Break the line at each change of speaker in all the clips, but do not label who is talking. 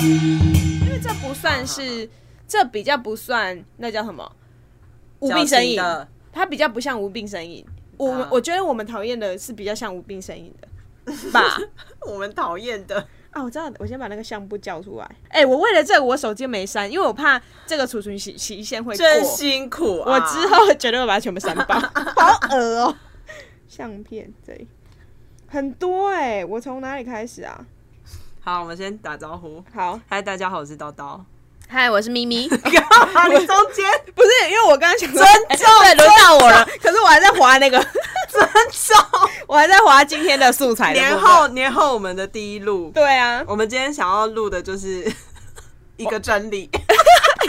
因为这不算是，这比较不算，那叫什么？无病呻吟
矫情的，
它比较不像无病呻吟。我们、
啊
我觉得我们讨厌的是比较像无病呻吟 的吧。
我们讨厌的。
啊，我知道，我先把那个相簿叫出来。哎、我为了这个我手机没删，因为我怕这个储存期期限会过。
真辛苦、啊！
我之后绝对会把它全部删爆， 好恶哦、相片这里很多哎、我从哪里开始啊？
好，我们先打招呼。
好，
嗨，大家好，我是叨叨。
嗨，我是咪咪，尊
你中间
不是因为我刚刚想说，哎
重，对，轮到我了。
可是我还在划 那个，
很 少。
我还在划今天的素材的部分
年后，年后我们的第一录，
对啊，
我们今天想要录的就是 一个真理，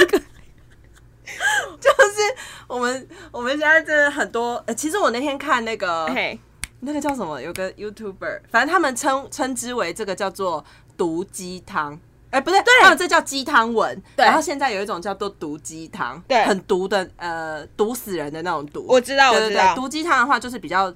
就是我们我们现在真的很多。呃其实我那天看那个
嘿，
那个叫什么，有个 YouTuber，反正他们称称之为这个叫做毒鸡汤。哎、不对，他们这叫鸡汤文。
对
然后现在有一种叫做毒鸡汤，
对
很毒的，呃，毒死人的那种毒。
我知道，我
对对
知
对，
道，
毒鸡汤的话就是比较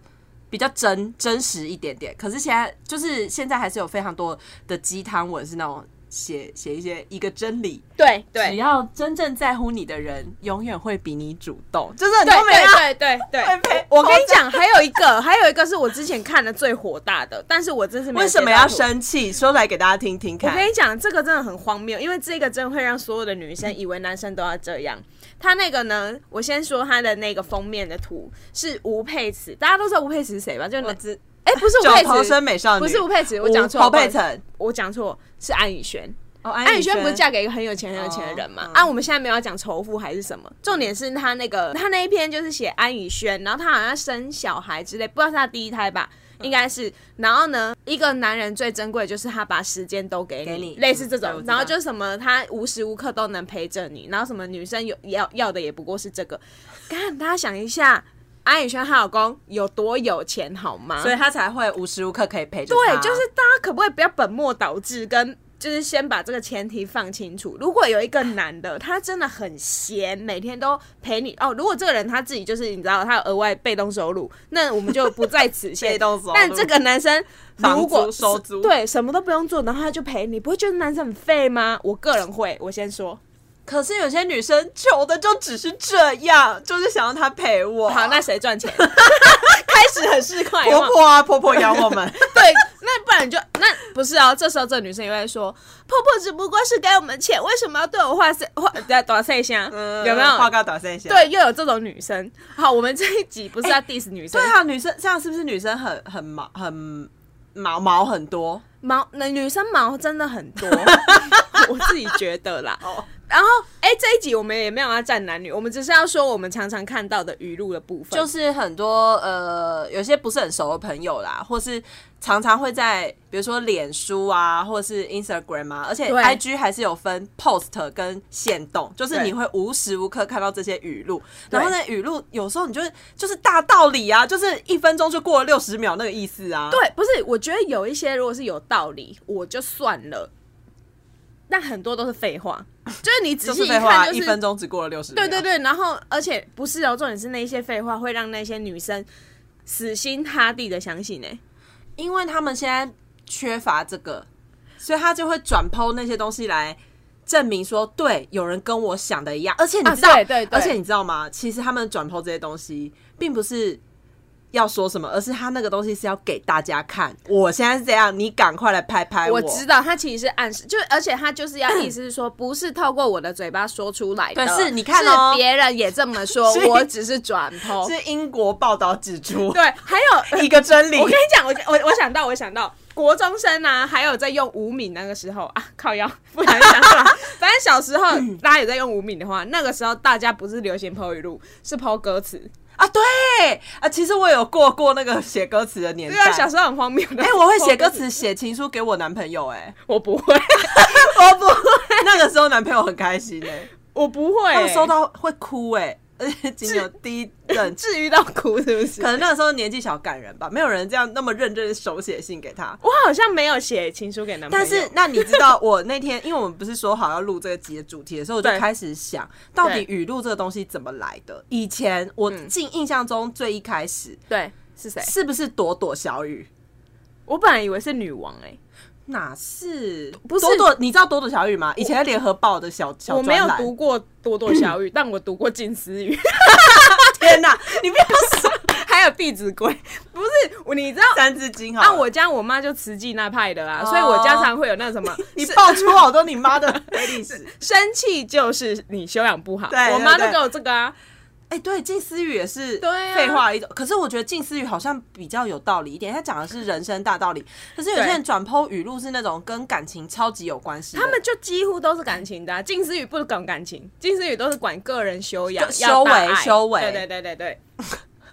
比较真真实一点点。可是现在就是现在还是有非常多的鸡汤文是那种写写一些一个真理，
对
只
对
要真正在乎你的人，永远会比你主动，就是很
对
多美啊。
对对对对
对，
我跟你讲，还有一个， 还有一个是我之前看的最火大的，但是我真是没有
为什么
接到
要
过
生气？说来给大家听听
我
看
跟。你讲，这个真的很荒谬，因为这个真的会让所有的女生以为男生都要这样。他那个呢，我先说他的那个封面的图是吴佩慈，大家都知道吴佩慈是谁吧？就
我
那
知
哎、不是吴
九
佩
头
慈，
身美少女
不是吴佩慈，我讲错了，
侯哦佩岑，
我讲错，是安以轩。
哦，安
安以
以
轩
轩
不是嫁给一个很有钱很有钱的人嘛
哦？嗯嗯
啊，我们现在没有要讲仇富还是什么，重点是他那个他那一篇就是写安以轩，然后他好像生小孩之类，不知道是他第一胎吧，
嗯
应该是。然后呢，一个男人最珍贵的就是他把时间都给
给
你
你，
类似这
嗯对我
种。
知道
然后就是什么，他无时无刻都能陪着你，然后什么女生有要要的也不过是这个。看大家想一下，安以轩她老公有多有钱好吗？
所以他才会无时无刻可以陪
啊
着
对
她，
就是大家可不可以不要本末倒置，跟就是先把这个前提放清楚。如果有一个男的，他真的很闲，每天都陪你哦。如果这个人他自己就是你知道他有额外被动收入，那我们就不在此限。
被动收入
但这个男生
房租
如果
收租
对什么都不用做，然后他就陪你，不会觉得男生很废吗？我个人会，我先说。
可是有些女生求的就只是这样，就是想让他陪我。
好，那谁赚钱？ 开始很市侩，有没
婆
有
婆啊，婆婆养我 们。
对，那不然你就那不是哦。这时候这女生也会说：“婆婆只不过是给我们钱，为什么要对我画塞画对短塞香？
嗯
有没
报
有？
告打算一下？
对，又有这种女生。好，我们这一集不是要 diss 女生
对，啊，女生这样是不是女生很很毛很毛毛很多？
毛那女生毛真的很 多，我自己觉得 啦。
哦，
然后，哎、这一集我们也没有要站男女，我们只是要说我们常常看到的语录的部分。
就是很多呃，有些不是很熟的朋友啦，或是常常会在比如说脸书啊，或是 Instagram 啊，而且
对
IG 还是有分 post 跟限动，就是
对
你会无时无刻看到这些语录。
对
然后呢，语录有时候你就是就是大道理啊，就是一分钟就过了六十秒那个意思啊。，
对，不是，我觉得有一些如果是有道理，我就算 了。但很多都是废话， 就是你仔
就
细
是
一
废话，啊
看，
一
就是
分钟只过了六十秒。
对对对，然后而且不是哦，重点是那一些废话会让那些女生死心塌地的相信呢、欸
因为他们现在缺乏这个，所以他就会转抛那些东西来证明说，对，有人跟我想的一样。而且你知道，
啊对对对
而且你知道吗？其实他们转抛这些东西，并不是要说什么，而是他那个东西是要给大家看。我现在是这样，你赶快来拍拍
哎我
我
知道他其实是暗示，就而且他就是要意思是说，不是透过我的嘴巴说出来的，
对是你看哦
是别人也这么说
是，
我只 是转头。哎
是英国报道指出
对，还 有
一个真理
我。跟你讲，我我我想到，我想到国中生啊，还有在用无敏那个时候啊，靠腰，不然想 到了。反正小时候大家有在用无敏的话，那个时候大家不是流行抛语录，是抛歌词。
啊，对啊，其实我有过过那个写歌词的年代。
对啊，小时候很荒谬的。
哎、我会写歌
词。
词，写情书给我男朋友、哎，
我不会，
我不会。 那个时候男朋友很开心哎、
我不会、，
他们收到会哭哎、 而且仅有第一等
至于到哭是不是
可？能那个时候年纪小感人吧，没有人这样那么认真地手写信给他。
我好像没有写情书给男朋友，
但是，那你知道我那天，因为我们不是说好要录这个集的主题的时候，我就
对
开始想到底语录这个东西怎么来的。以前我
嗯
进印象中最一开始
对是谁？
是不是朵朵小雨？
我本来以为是女王哎、
哪是？
不是
朵朵，你知道朵朵小雨吗？以前在联合报的小小
我没有
专栏
读。过多多小雨，但我读过近思语，
天哪，你不要 说
还有《弟子规》。不是，你知道，
三字经好
啊，
了。
我家我妈就慈济那派的啊，
哦。
所以我家常会有那什么
你爆出好多你 妈的黑历史。
生气就是你修养不好，
对对
我妈都
对
给我这个啊。
哎、对，近思语也是
对啊
废话一种。可是我觉得近思语好像比较有道理一点，他讲的是人生大道理。可是有些人转剖语录是那种跟感情超级有关系的，
他们就几乎都是感情的、啊，近思语不管感情，近思语都是管个人修养、
就
要大
修为
爱
修为
对对对对对，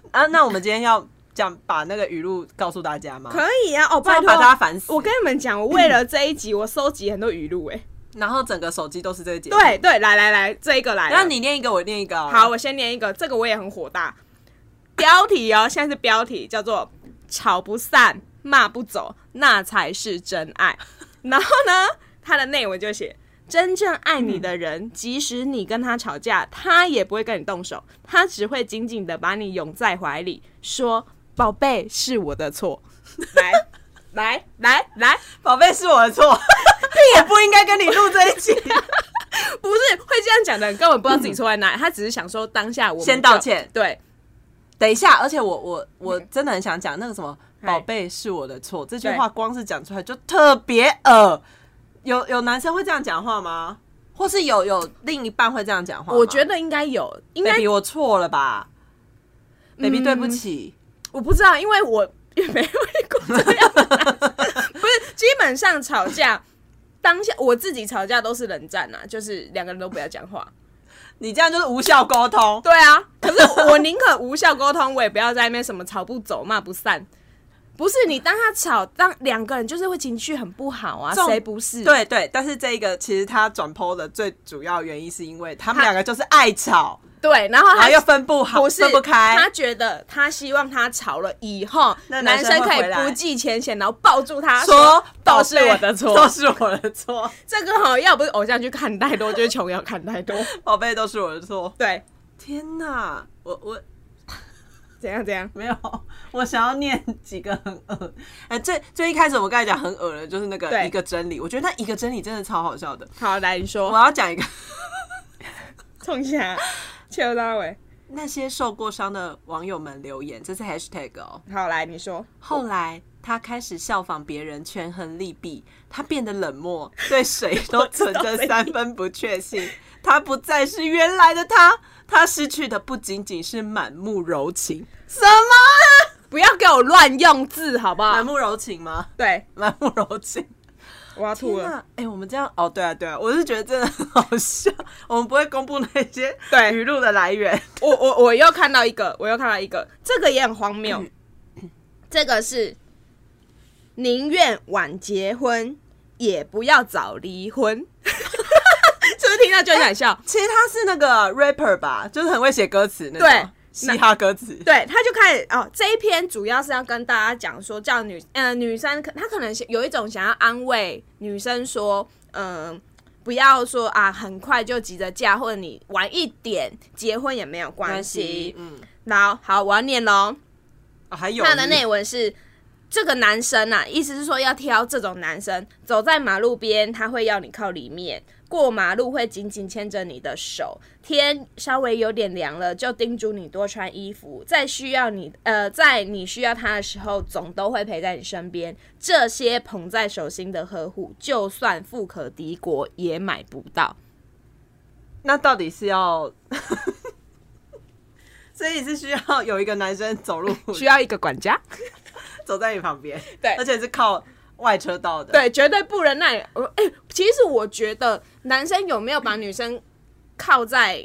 啊。那我们今天要讲把那个语录告诉大家吗？
可以啊！哦，
这
拜
样
托，
把大家烦死。
我跟你们讲，我为了这一集，我收集很多语录哎、
然后整个手机都是这个节目。，
对对，来来来，这一个来了，
那你念一个，我念一个。哦
好，，我先念一个，这个我也很火大。标题哦，现在是标题，叫做“吵不散，骂不走，那才是真爱”。 然后呢，它的内文就写：真正爱你的人，即使你跟他吵架，他也不会跟你动手，他只会紧紧的把你拥在怀里，说：“宝贝，是我的错。” 来。来来来，
宝贝是我的错， 我不应该跟你录这一集。
不是会这样讲的人，根本不知道自己错在哪里。他只是想说当下我们
先
就
道歉
对，
等一下，而且我我我真的很想讲那个什么“
嗨
宝贝是我的错”这句话，光是讲出来就特别恶。有有男生会这样讲话吗？或是有有另一半会这样讲话吗？
我觉得应该有，应该嗯
baby 我错了吧，baby 对不起。
我不知道，因为我也没有遇过这样的男生， 不是基本上吵架。当下我自己吵架都是冷战啊，就是两个人都不要讲话。
你这样就是无效沟通，
对啊，可是我宁可无效沟通，我也不要在那边什么吵不走、骂不散。不是你当他吵，当两个人就是会情绪很不好啊，
重
谁不是？
对对，但是这一个其实他转 PO 的最主要原因是因为他们
他
两个就是爱吵，
对，然后
然
他
后又分不好，
啊不是
哎分不开。
他觉得他希望他吵了以后，
那男
男
生会
可以
回来
不计前嫌，然后抱住他
说
都
宝
是
贝
我的错，
都是我的错，
这个哈，要不是偶像剧看太多，就是琼瑶看太多。
宝贝都是我的错。
对，
天哪，我我
怎样怎样？
没有，我想要念几个很恶。哎、最最一开始我刚才讲很恶的，就是那个
对
一个真理，我觉得那一个真理真的超好笑的。
好，来你
我
说，
要讲一个，
冲一下，切到尾。
那些受过伤的网友们留言，这是 hashtag 哦。
好，来你说，
后来他开始效仿别人权衡利弊，他变得冷漠，对谁都存着三分不确信。他不再是原来的他，他失去的不仅仅是满目柔情，
什么？不要给我乱用字，好不好
满？目柔情吗？
对，
满目柔情。
我要吐
天
了。
呐，哎、我们这样哦，对啊，对啊，我是觉得真的很好笑。 我们不会公布那些
对
语录的来源，
我我我又看到一个，我又看到一个，这个也很荒谬。嗯这个是宁愿晚结婚，也不要早离婚， 是不是听到就很想笑？
其实他是那个 rapper 吧，就是很会写歌词那种
对
嘻哈歌词。
对，他就开始哦，这一篇主要是要跟大家讲说，叫女呃女生可，她可能有一种想要安慰女生说，嗯、不要说啊，很快就急着嫁，或者你晚一点结婚也没有关系。
嗯，
然后好，我要念喽。
哦还有
他的内文是。这个男生啊，意思是说要挑这种男生，走在马路边他会要你靠里面，过马路会紧紧牵着你的手，天稍微有点凉了就叮嘱你多穿衣服，在需要你呃在你需要他的时候，总都会陪在你身边。这些捧在手心的呵护，就算富可敌国也买不到。
那到底是要， 所以是需要有一个男生走路
需要一个管家，
走在你旁边，
对
而且是靠外车道的，，
对，绝对不能让你。我哎、其实我觉得男生有没有把女生靠在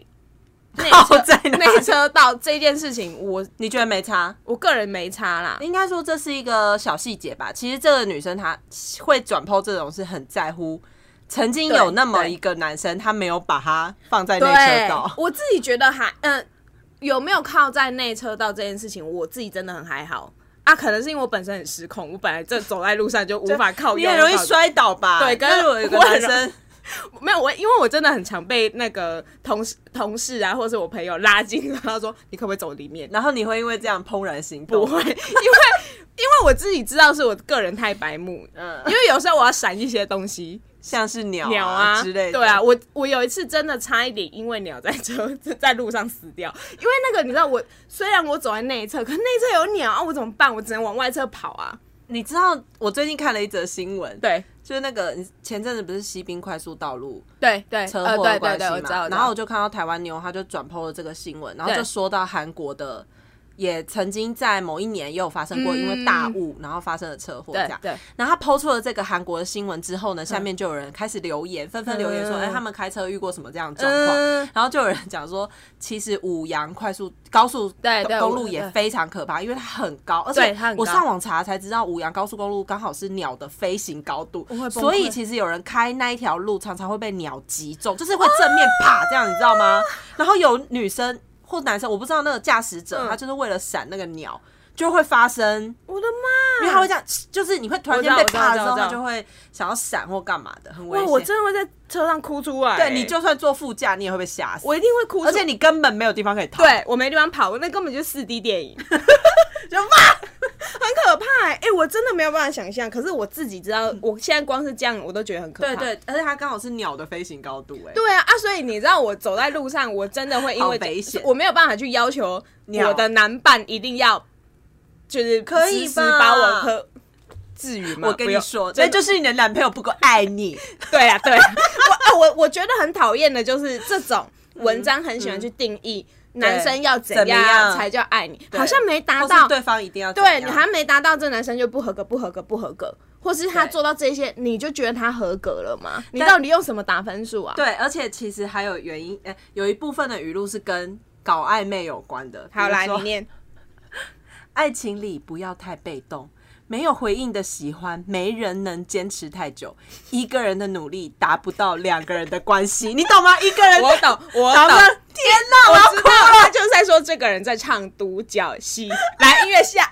内
靠
车
在哪
内车道这件事情，我
你觉得没差？
我个人没差啦。
应该说这是一个小细节吧。其实这个女生她会转抛这种是很在乎，曾经有那么一个男生，他没有把她放在内车
对
道，。
我自己觉得还嗯、有没有靠在内车道这件事情，我自己真的很还好啊。可能是因为我本身很失控，我本来这走在路上就无法靠
你
右
很容易
靠左。
摔倒吧？
对跟
那如果有一个
我很
男
容
生
没有我，因为我真的很常被那个同事、同事啊，或者是我朋友拉进，然后说你可不可以走里面？
然后你会因为这样怦然心
不
动？
会，因为因为我自己知道是我个人太白目，
嗯
因为有时候我要闪一些东西，
像是鸟
鸟
啊
啊
之类的。
对啊，，我我有一次真的差一点因为鸟在车 在路上死掉，因为那个你知道我虽然我走在内侧，可内侧有鸟啊，我怎么办？我只能往外侧跑啊。
你知道我最近看了一则新闻，
对
就是那个你前阵子不是西滨快速道路
对对，
车
呃
祸的
对
关
对对，
系嘛，
我知道。
然后我
就
就看到台湾妞，她就转 PO 了这个新闻，然后
对
就说到韩国的。也曾经在某一年也有发生过，因为大雾、然后发生了车祸这
嗯对
样。
对，
然后他抛出了这个韩国的新闻之后呢，下面就有人开始留言，纷纷留言说：“
嗯
哎、他们开车遇过什么这样的状况？”
嗯
然后就有人讲说，其实五羊快速高速
对对
公
我
路也
对
非常可怕，因为它很高，而
对
且
它很
我
高
上网查才知道，五羊高速公路刚好是鸟的飞行高度
我会，崩溃
所以其实有人开那一条路常常会被鸟击中，就是会正面啪这样，你知道
啊
吗？然后有女生或男生，我不知道那个驾驶者，
嗯
他就是为了闪那个鸟，就会发生
我的
因
妈！
为他会这样，就是你会突然间被
嗯我知道
怕的时
我
候，
知道
他就会想要闪或干嘛的，很危
哇，
险。
我真的会在车上哭出来欸、
对你就算坐副驾，你也会被吓死，
我一定会哭出，
而且你根本没有地方可以逃。，
对我没地方跑，那根本就是四 D 电 影，就哇，很可怕、欸。哎、我真的没有办法想象，可是我自己知道，我现在光是这样，我都觉得很可怕。
嗯对对，而且它刚好是鸟的飞行高度、哎，
对啊啊！所以你知道我走在路上，我真的会因为
好危险
我没有办法去要求
鸟
我的男伴一定要就是
可以
时时
吧
把我和至于吗？
我跟
不
你
用
说，
真
这
的
就是你的男朋友不够爱你。
对啊，对 啊，我啊我我觉得很讨厌的就是这种文章很喜欢去定义男生要怎
嗯怎么样
样才叫爱你，
对
好像没达
或
到
是，对方一定要怎
对
样
你还没达到，这男生就不合格，不合格，不合格，或是他
对
做到这些，你就觉得他合格了吗？你
但
到底用什么打分数啊？
对，而且其实还有原因，哎、有一部分的语录是跟搞暧昧有关的。
好，
比如
来
说
你念，
爱情里不要太被动，没有回应的喜欢，没人能坚持太久。一个人的努力达不到两个人的关系，你懂 吗？一个人，
我懂，我
懂
懂
吗。？天哪，我
我
要
知
哭
道
了。
他就是在说这个人在唱独角戏，来音乐下，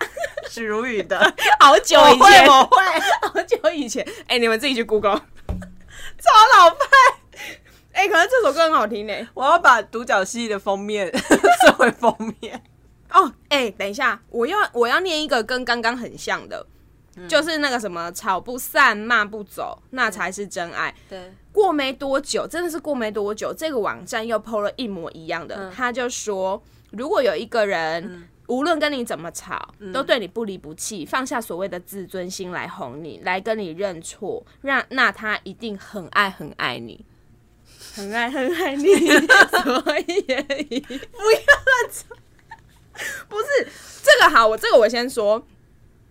许茹芸的，
好久
我
以前
会，，我会，
好久以前，哎、你们自己去 Google，
超老派。
哎、可是这首歌很好听呢、
我要把独角戏的封面 设为封面。
哦，哎、等一下，我要我要念一个跟刚刚很像的，就是那个什么吵不散，骂不走，那才是真爱。
对，
过没多久，真的是过没多久，这个网站又 PO 了一模一样的，他就说，如果有一个人。无论跟你怎么吵，都对你不离不弃，放下所谓的自尊心来哄你，来跟你认错，让那他一定很爱很爱你，很爱很爱 你，所以不要乱吵。不是这个好，我这个我先说，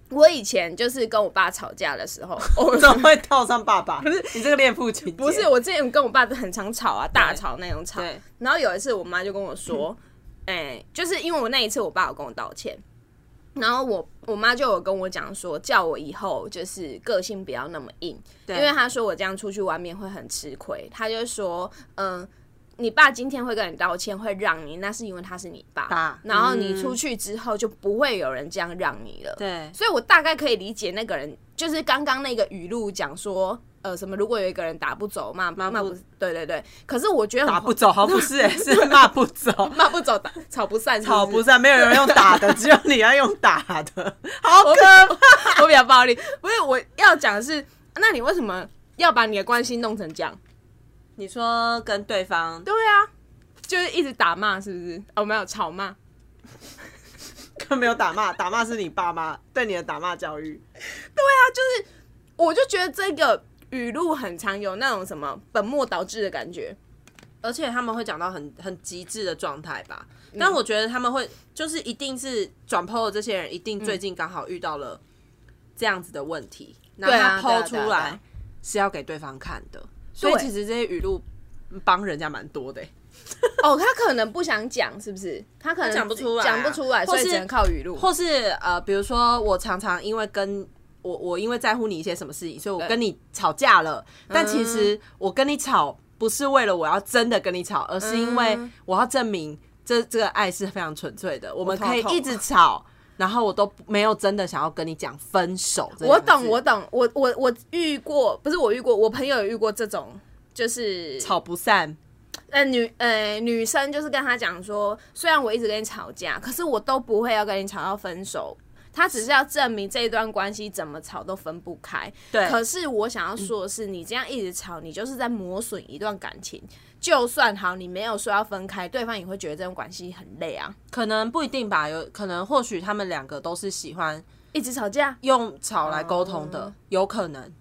我以前就是跟我爸吵架的 时候，我
我怎么会套上爸爸？不是你这个恋父情节
不是，我之前跟我爸很常吵啊，大吵那种吵
对。
然后有一次，我妈就跟我说：“哎、就是因为我那一次，我爸有跟我道歉，然后我我妈就有跟我讲说，叫我以后就是个性不要那么硬，因为她说我这样出去外面会很吃亏。她就说，嗯。”你爸今天会跟你道歉，会让你，那是因为他是你爸。
爸
然后你
嗯
出去之后就不会有人这样让你了。
对
所以我大概可以理解那个人，就是刚刚那个语录讲说，呃，什么如果有一个人打不走，骂骂
不
不，对对对。可是我觉得很
打不走，好像不是、欸，是骂不 走。
骂不走，打吵不散是
好，不
是。
是，没有人用打的，只有你要用打的。好
我
可
可怕， 我比较暴力。不是我要讲的是，那你为什么要把你的关系弄成这样？
你说跟对方
对啊，就是一直打骂，是不是？哦，没有吵骂。
更 没有打骂，打骂是你爸妈对你的打骂教育。
我就觉得这个语录很常有那种什么本末倒置的感觉。
而且他们会讲到很很极致的状态吧。
嗯
但我觉得他们会就是一定是转 PO 的这些人，一定最近刚好遇到了这样子的问题，那、
对
他
啊
PO 出
对啊对啊对
来
啊
是要给对方看的。所以
对
其实这些语录帮人家蛮多的欸、
哦，他可能不想讲，是不是？他可能
他讲不出来啊
讲不出来，
或
所
是
以只能靠语录。
或是呃，比如说我常常因为跟我我因为在乎你一些什么事情，所以我
对
跟你吵架了，但其实我跟你吵不是为了我要真的跟你吵，而是因为
嗯
我要证明这这个爱是非常纯粹的，我们
头
可以
痛
一直吵。然后我都没有真的想要跟你讲分手这件事，
我懂，我懂，我我我遇过，不是我遇过，我朋友有遇过这种就是
吵不散，
呃女呃女生就是跟他讲说，虽然我一直跟你吵架，可是我都不会要跟你吵到分手。他只是要证明这一段关系怎么吵都分不开。
对
可是我想要说的是，你这样一直吵，你就是在磨损一段感情。就算好，你没有说要分开，对方也会觉得这种关系很累啊，
可能不一定吧，有可能或许他们两个都是喜欢
一直吵架
用吵来沟通的，有可能。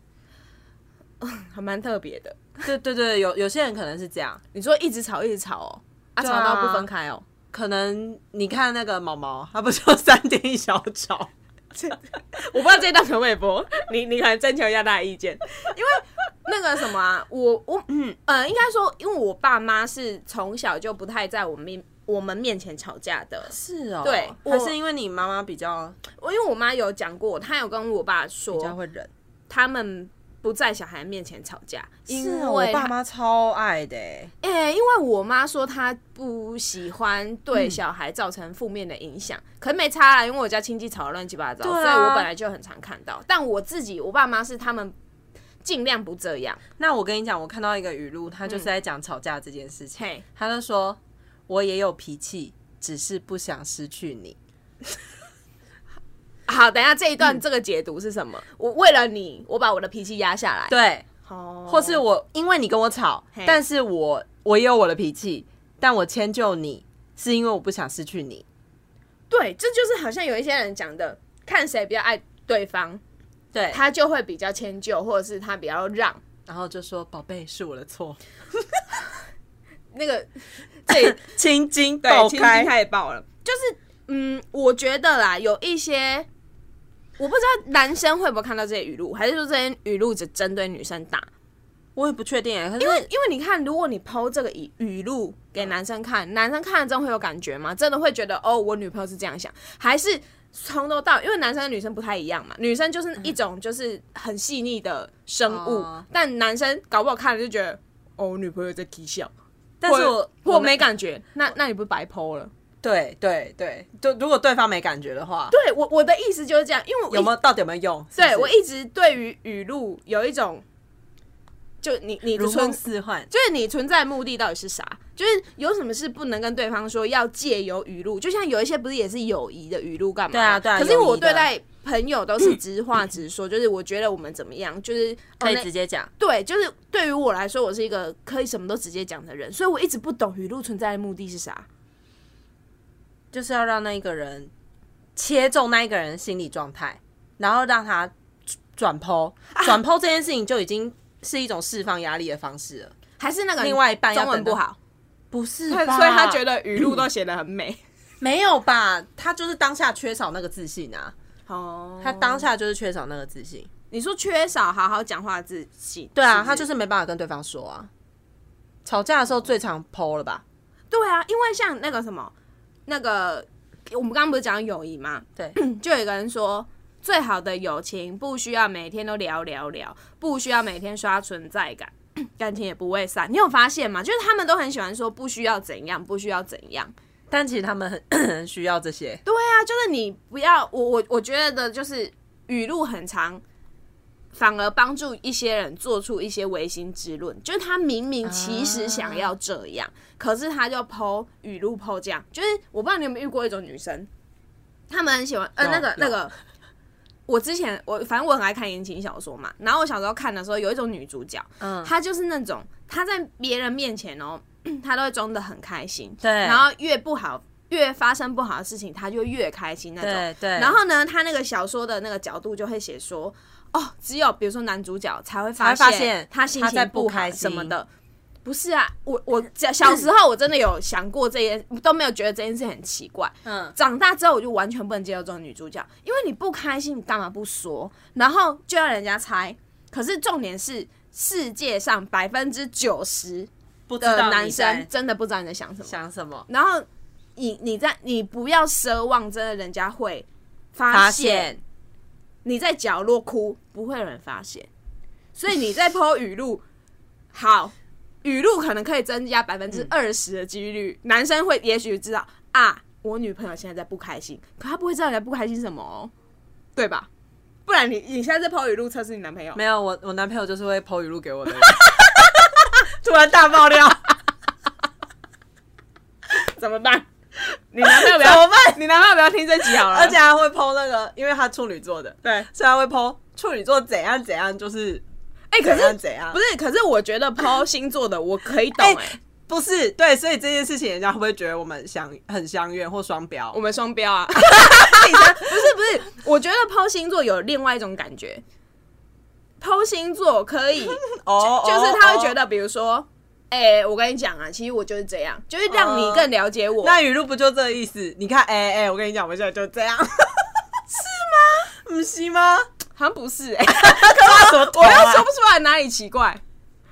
还蛮特别的。
对对对，有有些人可能是这样，
你说一直吵，一直吵哦，啊，
啊
吵到不分开哦。
可能你看那个毛毛，他不就三天一小吵，
我不知道这一段可不可以播，你你可能征求一下大家意见，因为那个什么啊，我我嗯呃，应该说，因为我爸妈是从小就不太在我们面我们面前吵架的，
是哦，
对
还
我
是因为你妈妈比较
我因为我妈有讲过，她有跟我爸说
比，较会忍，
他们不在小孩面前吵架，因
是
为
哦，我
她
爸妈超爱的欸，
哎、因为我妈说她不喜欢
嗯
对小孩造成负面的影响，可是没差啦，因为我家亲戚吵得乱七八糟，
对啊
所以我本来就很常看到。但我自己，我爸妈是他们尽量不这样。
那我跟你讲，我看到一个语录，他就是在讲吵架这件事情。
嘿，
他就说：“我也有脾气，只是不想失去你。
好，等一下这一段这个解读是什么？我为了你，我把我的脾气压下来”，
对，
哦，
或是我因为你跟我吵
嘿，
但是我我也有我的脾气，但我迁就你，是因为我不想失去你。
对，这就是好像有一些人讲的，看谁比较爱对方，
对，
他就会比较迁就，或者是他比较让。
然后就说：“宝贝，是我的错。
那个这一”
青筋
对，
爆
亲
开
戚，太爆了。就是，嗯，我觉得啦，有一些我不知道男生会不会看到这些语录，还是说这些语录只针对女生打？
我也不确定欸，可
因为，
是
因为你看，如果你抛这个语语录给男生看，男生看了真的会有感觉吗？真的会觉得哦，我女朋友是这样想，还是从头到尾？因为男生跟女生不太一样嘛，女生就是一种就是很细腻的生物，
哦
但男生搞不好看了就觉得哦，我女朋友在踢笑，
但是我
或没感觉，那那你不是白抛了？
对对对，就如果对方没感觉的话，
对我我的意思就是这样，因为我一
有没有到底有没有用？是不
对
是
我一直对于语录有一种，就你你的
如
存
梦似幻。
就是你存在的目的到底是啥？就是有什么事不能跟对方说，要借由语录，就像有一些不是也是友谊的语录干嘛的？
对啊对啊
可是
友
我
谊的
对待朋友都是直话直说，就是我觉得我们怎么样，就是
嗯可以
哦那
直接讲，
对，就是对于我来说，我是一个可以什么都直接讲的人，所以我一直不懂语录存在的目的是啥。
就是要让那一个人切中那一个人的心理状态，然后让他转抛，转抛这件事情就已经是一种释放压力的方式了。
还是那个
另外一半要
中文
等到
不好，嗯
不是
所以
吧
他觉得语录都写的很美。
没有吧？他就是当下缺少那个自信啊，
哦，
他当下就是缺少那个自信。
你说缺少好好讲话的自信，
对啊，
不
他就是没办法跟对方说啊。吵架的时候最常抛了吧？
对啊，因为像那个什么，那个我们刚刚不是讲友谊吗？
对，
就有一个人说，最好的友情不需要每天都聊聊聊，不需要每天刷存在感，感情也不会散。你有发现吗？就是他们都很喜欢说不需要怎样，不需要怎样。
但其实他们很很 需要这些。
对啊，就是你不要我我我觉得就是语录很长，反而帮助一些人做出一些唯心之论，就是他明明其实想要这样，可是他就剖语录剖这样，就是我不知道你有没有遇过一种女生，她们很喜欢呃
有
那个
有
那个。我之前我反正我很爱看言情小说嘛，然后我小时候看的时候，有一种女主角，
嗯，
她就是那种她在别人面前哦， 她都会装的很开心，
对，
然后越不好，越发生不好的事情，他就越开心那种。
对对，
然后呢，他那个小说的那个角度就会写说，哦，只有比如说男主角才会发
才会发现
他心
他在
情
不
好
开心
什么的。不是啊，我我小小时候我真的有想过这些，都没有觉得这件事很奇怪。
嗯，
长大之后我就完全不能接受这种女主角，因为你不开心，你干嘛不说？然后就让人家猜。可是重点是，世界上百分之九十
不知
的
道
男
你在嗯
生真的不知道你在想什么。
想什么。
然后你你在你不要奢望真的人家会
发
发
现
现，你在角落哭，不会有人发现。所以你在剖语录，好，语录可能可以增加百分之二十的几率，男生会也许知道啊，我女朋友现在在不开心，可他不会知道你在不开心什么、哦，对吧？不然你你现在在剖语录测试你男朋友，
没有，我我男朋友就是会抛语录给我的人，突然大爆料，
怎么办？你男朋友不
怎么
要，
办？
你男朋友不要听这集好了。
而且还会剖那个，因为他处女座的，
对，
所以他会剖处女座怎样怎样，就是
哎、可
怎样
是
怎样，
不是？可是我觉得抛星座的我可以懂哎、
哎不是对，所以这件事情人家会不会觉得我们相很相怨或双标
我？们双标 啊。不是不是，我觉得抛星座有另外一种感觉，抛星座可 以。
哦
就是他会觉。
哦
得，比如说，哎、我跟你讲啊，其实我就是这样，就是让你更了解我。
那语录不就这意思？你看，哎、哎、我跟你讲，我们现在就这样， 是吗？ 不是吗？
好像不是哎、
他 什么头
我又
啊
说不出来哪里奇 怪，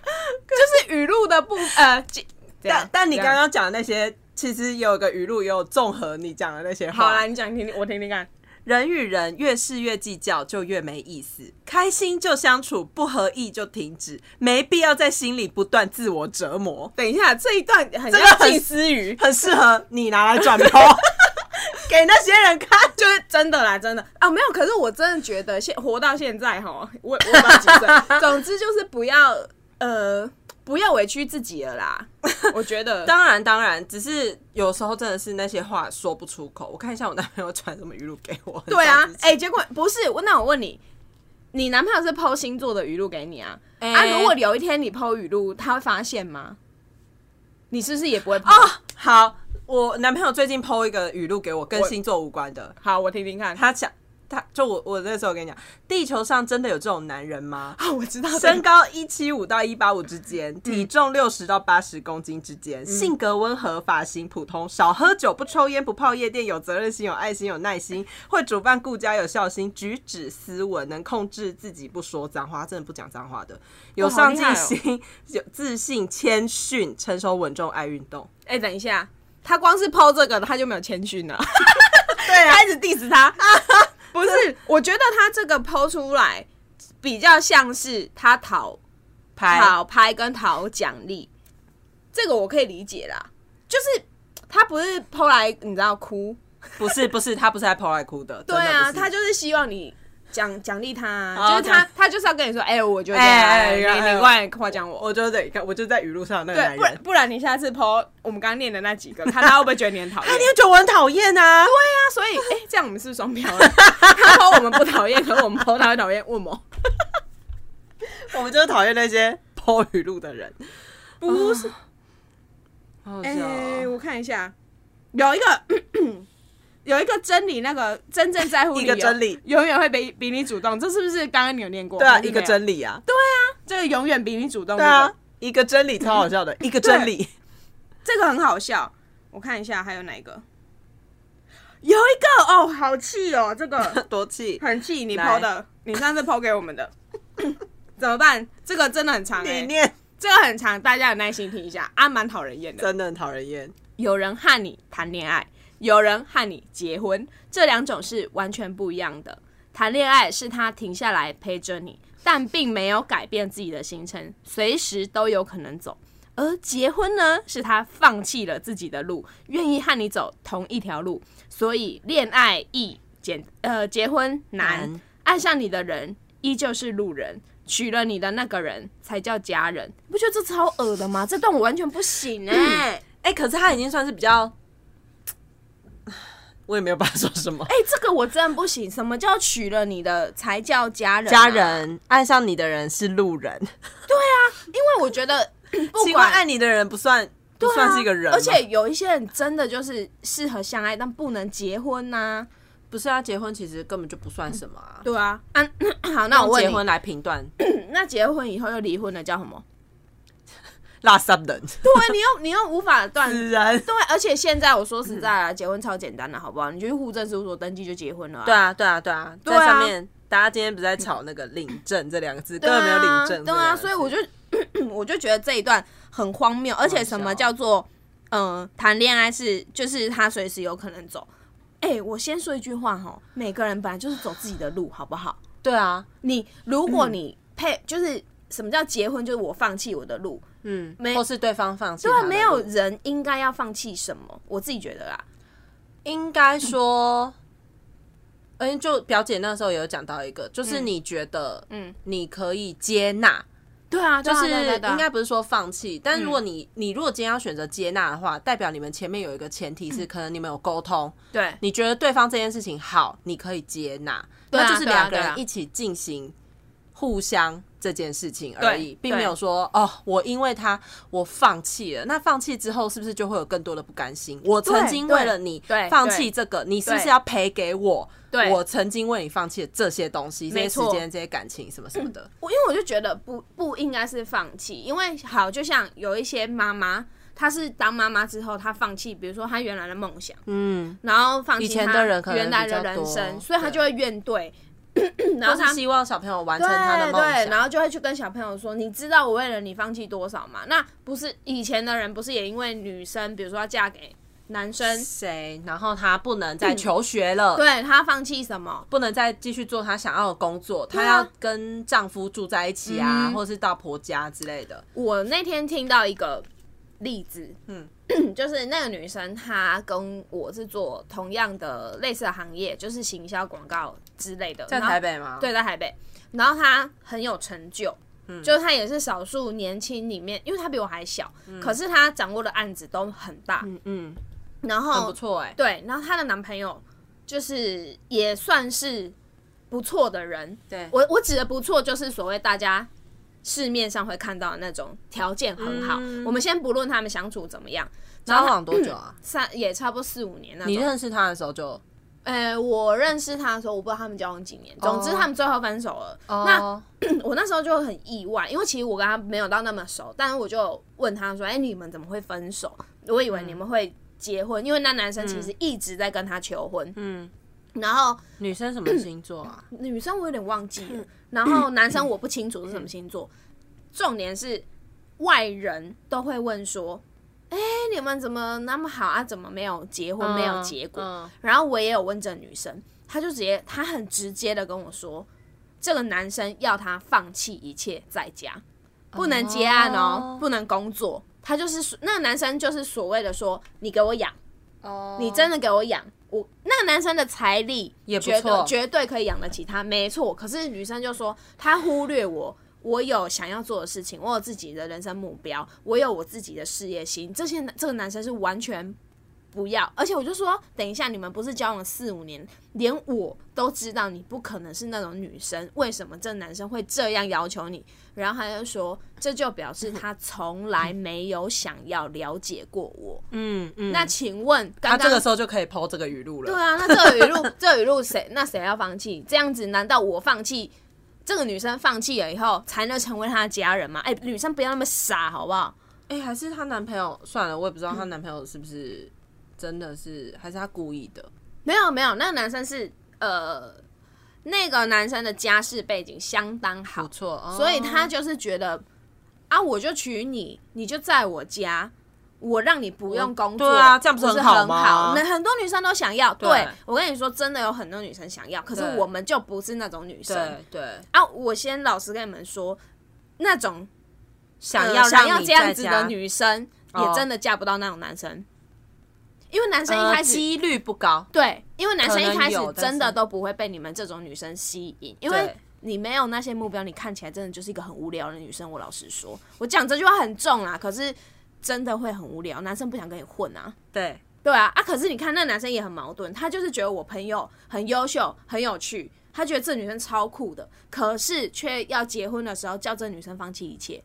就是语录的部呃，这
但但你刚。
这样
刚讲的那些，其实有一个语录，也有综合你讲的那些话。
好啦，你讲听听，我听听看。
人与人越是越计较，就越没意思。开心就相处，不合意就停止，没必要在心里不断自我折磨。
等一下，这一段很
这个
像
很
近思语，
很适合你拿来转 头 给那些人看。
就是真的啦，真的啊，没有。可是我真的觉得现活到现在哈，我我不知道几 岁，总之就是不要呃不要委屈自己了啦。我觉 得
当然，当然，只是有时候真的是那些话说不出口。我看一下我男朋友传什么语录给我。
对啊
很少之，前
哎、结果不是，我那我问你，你男朋友是剖星座的语录给你啊？
哎
啊，如果有一天你剖语录，他会发现吗？你是不是也不会剖？
哦，好，我男朋友最近 PO 一个语录给我，跟
我
星座无关的。
好，我听听看。
他想，他就我我那时候跟你讲，地球上真的有这种男人 吗？
啊，我知道
身高一七五到一八五之间，
嗯
体重六十到八十公斤之间，性格温和，发型普通，少喝酒，不抽烟，不泡夜店，有责任心，有爱心，有耐心，会煮饭，顾家，有孝心，举止斯文，能控制自己不说脏话，他真的不讲脏话的，有
哇好
上
厉
进
害哦
心，有自信，谦逊，成熟稳重，爱运 动。
哎、等一下，他光是剖这个，他就没有谦 逊了，
对啊
开始 diss 他。不是，我觉得他这个剖出来比较像是他讨
拍
讨拍跟讨奖励，这个我可以理解啦。就是他不是剖来，你知道哭，
不是不是，他不是来跑来哭的，
对啊，
真的不是
他就是希望你奖奖励他啊，
哦
就是他
奖
他就是要跟你说，哎，我就这
哎
样
哎
哎，你
哎
你过来夸奖我。
我就得我就在语录上那个
对，
男
不然
人，
不然你下次 PO 我们刚刚念的那几个，看他会不会觉得你很 讨厌？
那啊你就觉得我很讨厌啊？对
啊，所以哎，这样我们是不是双标 了。他 PO 我们不讨厌，可是我们 PO 他会讨厌，问我
我们就是讨厌那些抛语录的人。
不是？
好哦
哎、我看一下，有一个 有一个真理，那个真正在乎你
一个
有
真理
永远会比比你主动，这是不是刚刚你有念过？
对啊，
还是
一
没
个
有，
真理啊，
这个永远比你主动，
对啊，一个真理超好 笑的，一个真理。
这个很好笑。我看一下还有哪一个，有一个哦，好气哦，这 个
多气！
很气你
来
抛的，你上次抛给我们 的，怎么办？这个真的很长、
理
欸，
念
这个很长，大家有耐心听一下，啊，蛮讨人厌的。
真的很讨人厌。
有人和你谈恋爱，有人和你结婚，这两种是完全不一样的。谈恋爱是他停下来陪着你，但并没有改变自己的行程，随时都有可能走；而结婚呢，是他放弃了自己的路，愿意和你走同一条路。所以，恋爱易简，呃，结婚难
难，
爱上你的人依旧是路人。娶了你的那个人才叫家人，你不觉得这超恶的吗？这段我完全不行 哎、
哎，可是他已经算是比较，我也没有办法说什么。
哎、这个我真的不行。什么叫娶了你的才叫家人、啊
家，人爱上你的人是路人，
因为我觉得不
嗯奇怪，
管
爱你的人不算不
对啊
算是一个人吗，
而且有一些人真的就是适合相爱，但不能结婚呐、
不是啊，结婚其实根本就不算什么啊。
对啊，啊，好，那我问
结
你，
婚来评断
那结婚以后又离婚了叫什 么？
垃圾 人，
对，你又你又无法断。
死人。
对，而且现在我说
嗯
实在啊，结婚超简单的，好不好？你就去户政事务所登记就结婚了、啊。
对啊，对啊，对啊，
对啊
在上面大家今天不是在吵那个领证这两个字，
对
根
啊，
本没有领证这
对
两
啊，
个字。
所以我就 我就觉得这一段很荒谬，而且什么
笑
叫做嗯谈恋爱是就是他随时有可能走。哎、我先说一句话哈，每个人本来就是走自己的路，好不好？
对啊，
你如果你配、就是什么叫结婚，就是我放弃我的路，
嗯，
没
或是对方放弃
对
他
啊，
的路，
没有人应该要放弃什么，我自己觉得啦。
应该说，嗯，就表姐那时候有讲到一个，就是你觉得，嗯
嗯，
你可以接纳
对啊，就
对啊
是
对啊对啊对啊
应该不是说放弃，但如果你、你如果今天要选择接纳的话，代表你们前面有一个前提是，可能你们有沟通，
对
你觉得对方这件事情好，你可以接纳，
对啊
那就是
对啊
两个
对啊
人一起进行互相这件事情而已
对，
并没有说哦，我因为他我放弃了，那放弃之后是不是就会有更多的不甘心？我曾经
对
为了你
对
放弃这个，你是不是要赔给我？
对
我曾经为你放弃的这些东西、这
没
些时
错
间、这些感情什么什么 的，
我因为我就觉得不不应该是放弃，因为好就像有一些妈妈，她是当妈妈之后她放弃，比如说她原来的梦想，
嗯，
然后放弃
以前
她
的人可能
原来
比较
的人
多
生，所以她
对
就会怨怼， 然后
都
她哎
是希望小朋友完成他的
对
梦想。
对，然后就会去跟小朋友说，你知道我为了你放弃多少吗？那不是以前的人不是也因为女生，比如说要嫁给男生，
谁？然后他不能
嗯
再求学了，
对她放弃什么？
不能再继续做她想要的工作，她
对啊
要跟丈夫住在一起啊，或者是到婆家之类的。
我那天听到一个例子，
嗯
嗯， 就是那个女生她跟我是做同样的类似的行业，就是行销广告之类的，
在
然后
台北吗？，
对，在台北。然后她很有成就，
嗯
就是她也是少数年轻里面，因为她比我还小，可是她掌握的案子都很大，
嗯嗯，
然
很
后
不错哎、
对，然后她的男朋友就是也算是不错的人，
对
我我指的不错就是所谓大家市面上会看到的那种条件很好。
嗯
我们先不论他们相处怎么样，
交往多久啊？
三也差不多四五年那
你
种。
认识他的时候就
呃，我认识他的时候，我不知道他们交往几年，总之
哦
他们最后分手了。
哦，
我那时候就很意外，因为其实我跟他没有到那么熟，但是我就问他说：“哎、你们怎么会分手？我以为你们会结婚，因为那男生其实一直在跟他求婚。
嗯，
然后
女生什么星座啊？
女生我有点忘记
嗯
了，然后男生我不清楚是什么星座。重点是外人都会问说：“哎、你们怎么那么好啊？怎么没有结婚，没有结果？”
嗯
然后我也有问这女生，她就直接，她很直接的跟我说，这个男生要她放弃一切在家，不能结案哦，
哦
不能工作。他就是说那个男生就是所谓的说，你给我养，
哦，
你真的给我养。我那个男生的财力
也不
绝
错
对绝对可以养得起他，没错。可是女生就说她忽略我，我有想要做的事情，我有自己的人生目标，我有我自己的事业心。这些这个男生是完全不要，而且我就说，等一下你们不是交往四五年，连我都知道你不可能是那种女生，为什么这男生会这样要求你？然后他就说，这就表示他从来没有想要了解过我。
嗯嗯，
那请问
他
刚
这
刚
个时候就可以抛这个语录了。
对啊，那这个语 录，这个语录谁那谁要放弃？这样子，难道我放弃这个女生放弃了以后，才能成为她的家人吗？哎、女生不要那么傻，好不好？
哎、还是她男朋友算了，我也不知道她男朋友是不是真的是，还是她故意的。
没有没有，那个男生是呃，那个男生的家世背景相当
不
好，
错，哦
所以他就是觉得啊，我就娶你，你就在我家。我让你不用工作，
对啊这样不
不
是很
很
好吗
那很多女生都想要，对
对
我跟你说，真的有很多女生想要，可是
对
我们就不是那种女生。
对对，
啊，我先老实跟你们说，那种
想
呃
要
想
让
要
你
这样
在
子
家
的女生，
哦
也真的嫁不到那种男生，因为男生一
呃
开始、
几率不高，
对，因为男生
可
一
能
开始
有但
真的
是
都不会被你们这种女生吸引，因为
对。
你没有那些目标，你看起来真的就是一个很无聊的女生。我老实说，我讲这句话很重啦，可是真的会很无聊，男生不想跟你混啊。
对，
对啊，啊，可是你看那男生也很矛盾，他就是觉得我朋友很优秀、很有趣，他觉得这女生超酷的，可是却要结婚的时候叫这女生放弃一切。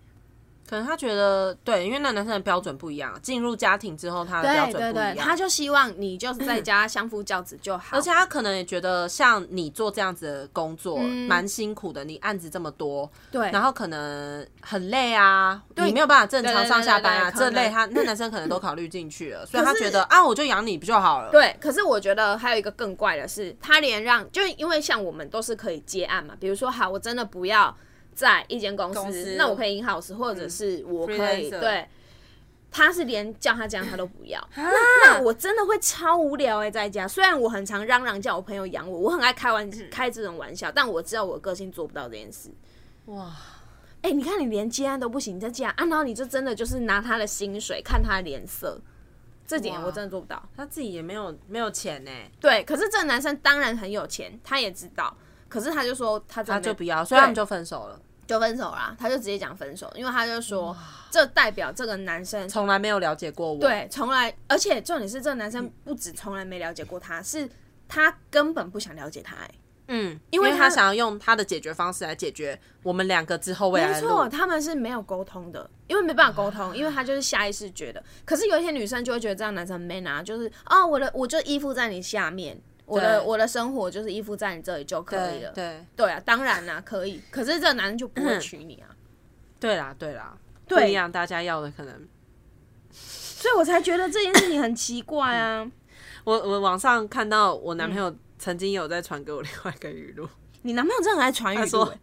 可能他觉得对，因为那男生的标准不一样，进入家庭之后他的标
对
准
对
不一
对，
样，
他就希望你就是在家相夫教子就好。
而且他可能也觉得像你做这样子的工作蛮、辛苦的，你案子这么多，
嗯对
然后可能很累啊，你没有办法正常上下班啊，
对对对对
这类他那男生可能都考虑进去了，所以他觉得啊，我就养你不就好了？啊
对，可是我觉得还有一个更怪的是，他连让就是因为像我们都是可以接案嘛，比如说好，我真的不要在一间公司，
公司嗯
那我可以 in house，或者是我可以、
freelancer
对。他是连叫他这样他都不要，那那我真的会超无聊哎、在家。虽然我很常嚷嚷叫我朋友养我，我很爱开玩
嗯
开这种玩笑，但我知道我个性做不到这件事。
哇，
哎、你看你连接案都不行，你再接案啊，然后你就真的就是拿他的薪水看他的脸色，这点
哇
我真的做不到。
他自己也没有没有钱呢、
对，可是这个男生当然很有钱，他也知道，可是他就说他真
他
的
就
没
不要，所以他们就分手了。
就分手啦，他就直接讲分手，因为他就说这代表这个男生
啊从来没有了解过我。，
对从来，而且重点是这个男
嗯
生不止从来没了解过他，是他根本不想了解他、欸。
嗯，
因
因
为
为他
他
想要用他的解决方式来解决我们两个之后未来
没
的路。
错，他们是没有沟通的，因为没办法沟通，因为他就是下意识觉得。可是有一些女生就会觉得这样男生很 man 啊，就是哦，我的我就依附在你下面，我的
对
我的生活就是依附在你这里就可以
对
了。
对
对啊，当然啦，可以。可是这个男人就不会娶你啊，
对啦对啦，不
对
一样，大家要的可能。
所以我才觉得这件事情很奇怪啊。
我我网上看到我男朋友曾经有在传给我另外一个语录，
你男朋友真的很爱传语
他
录、
说
欸，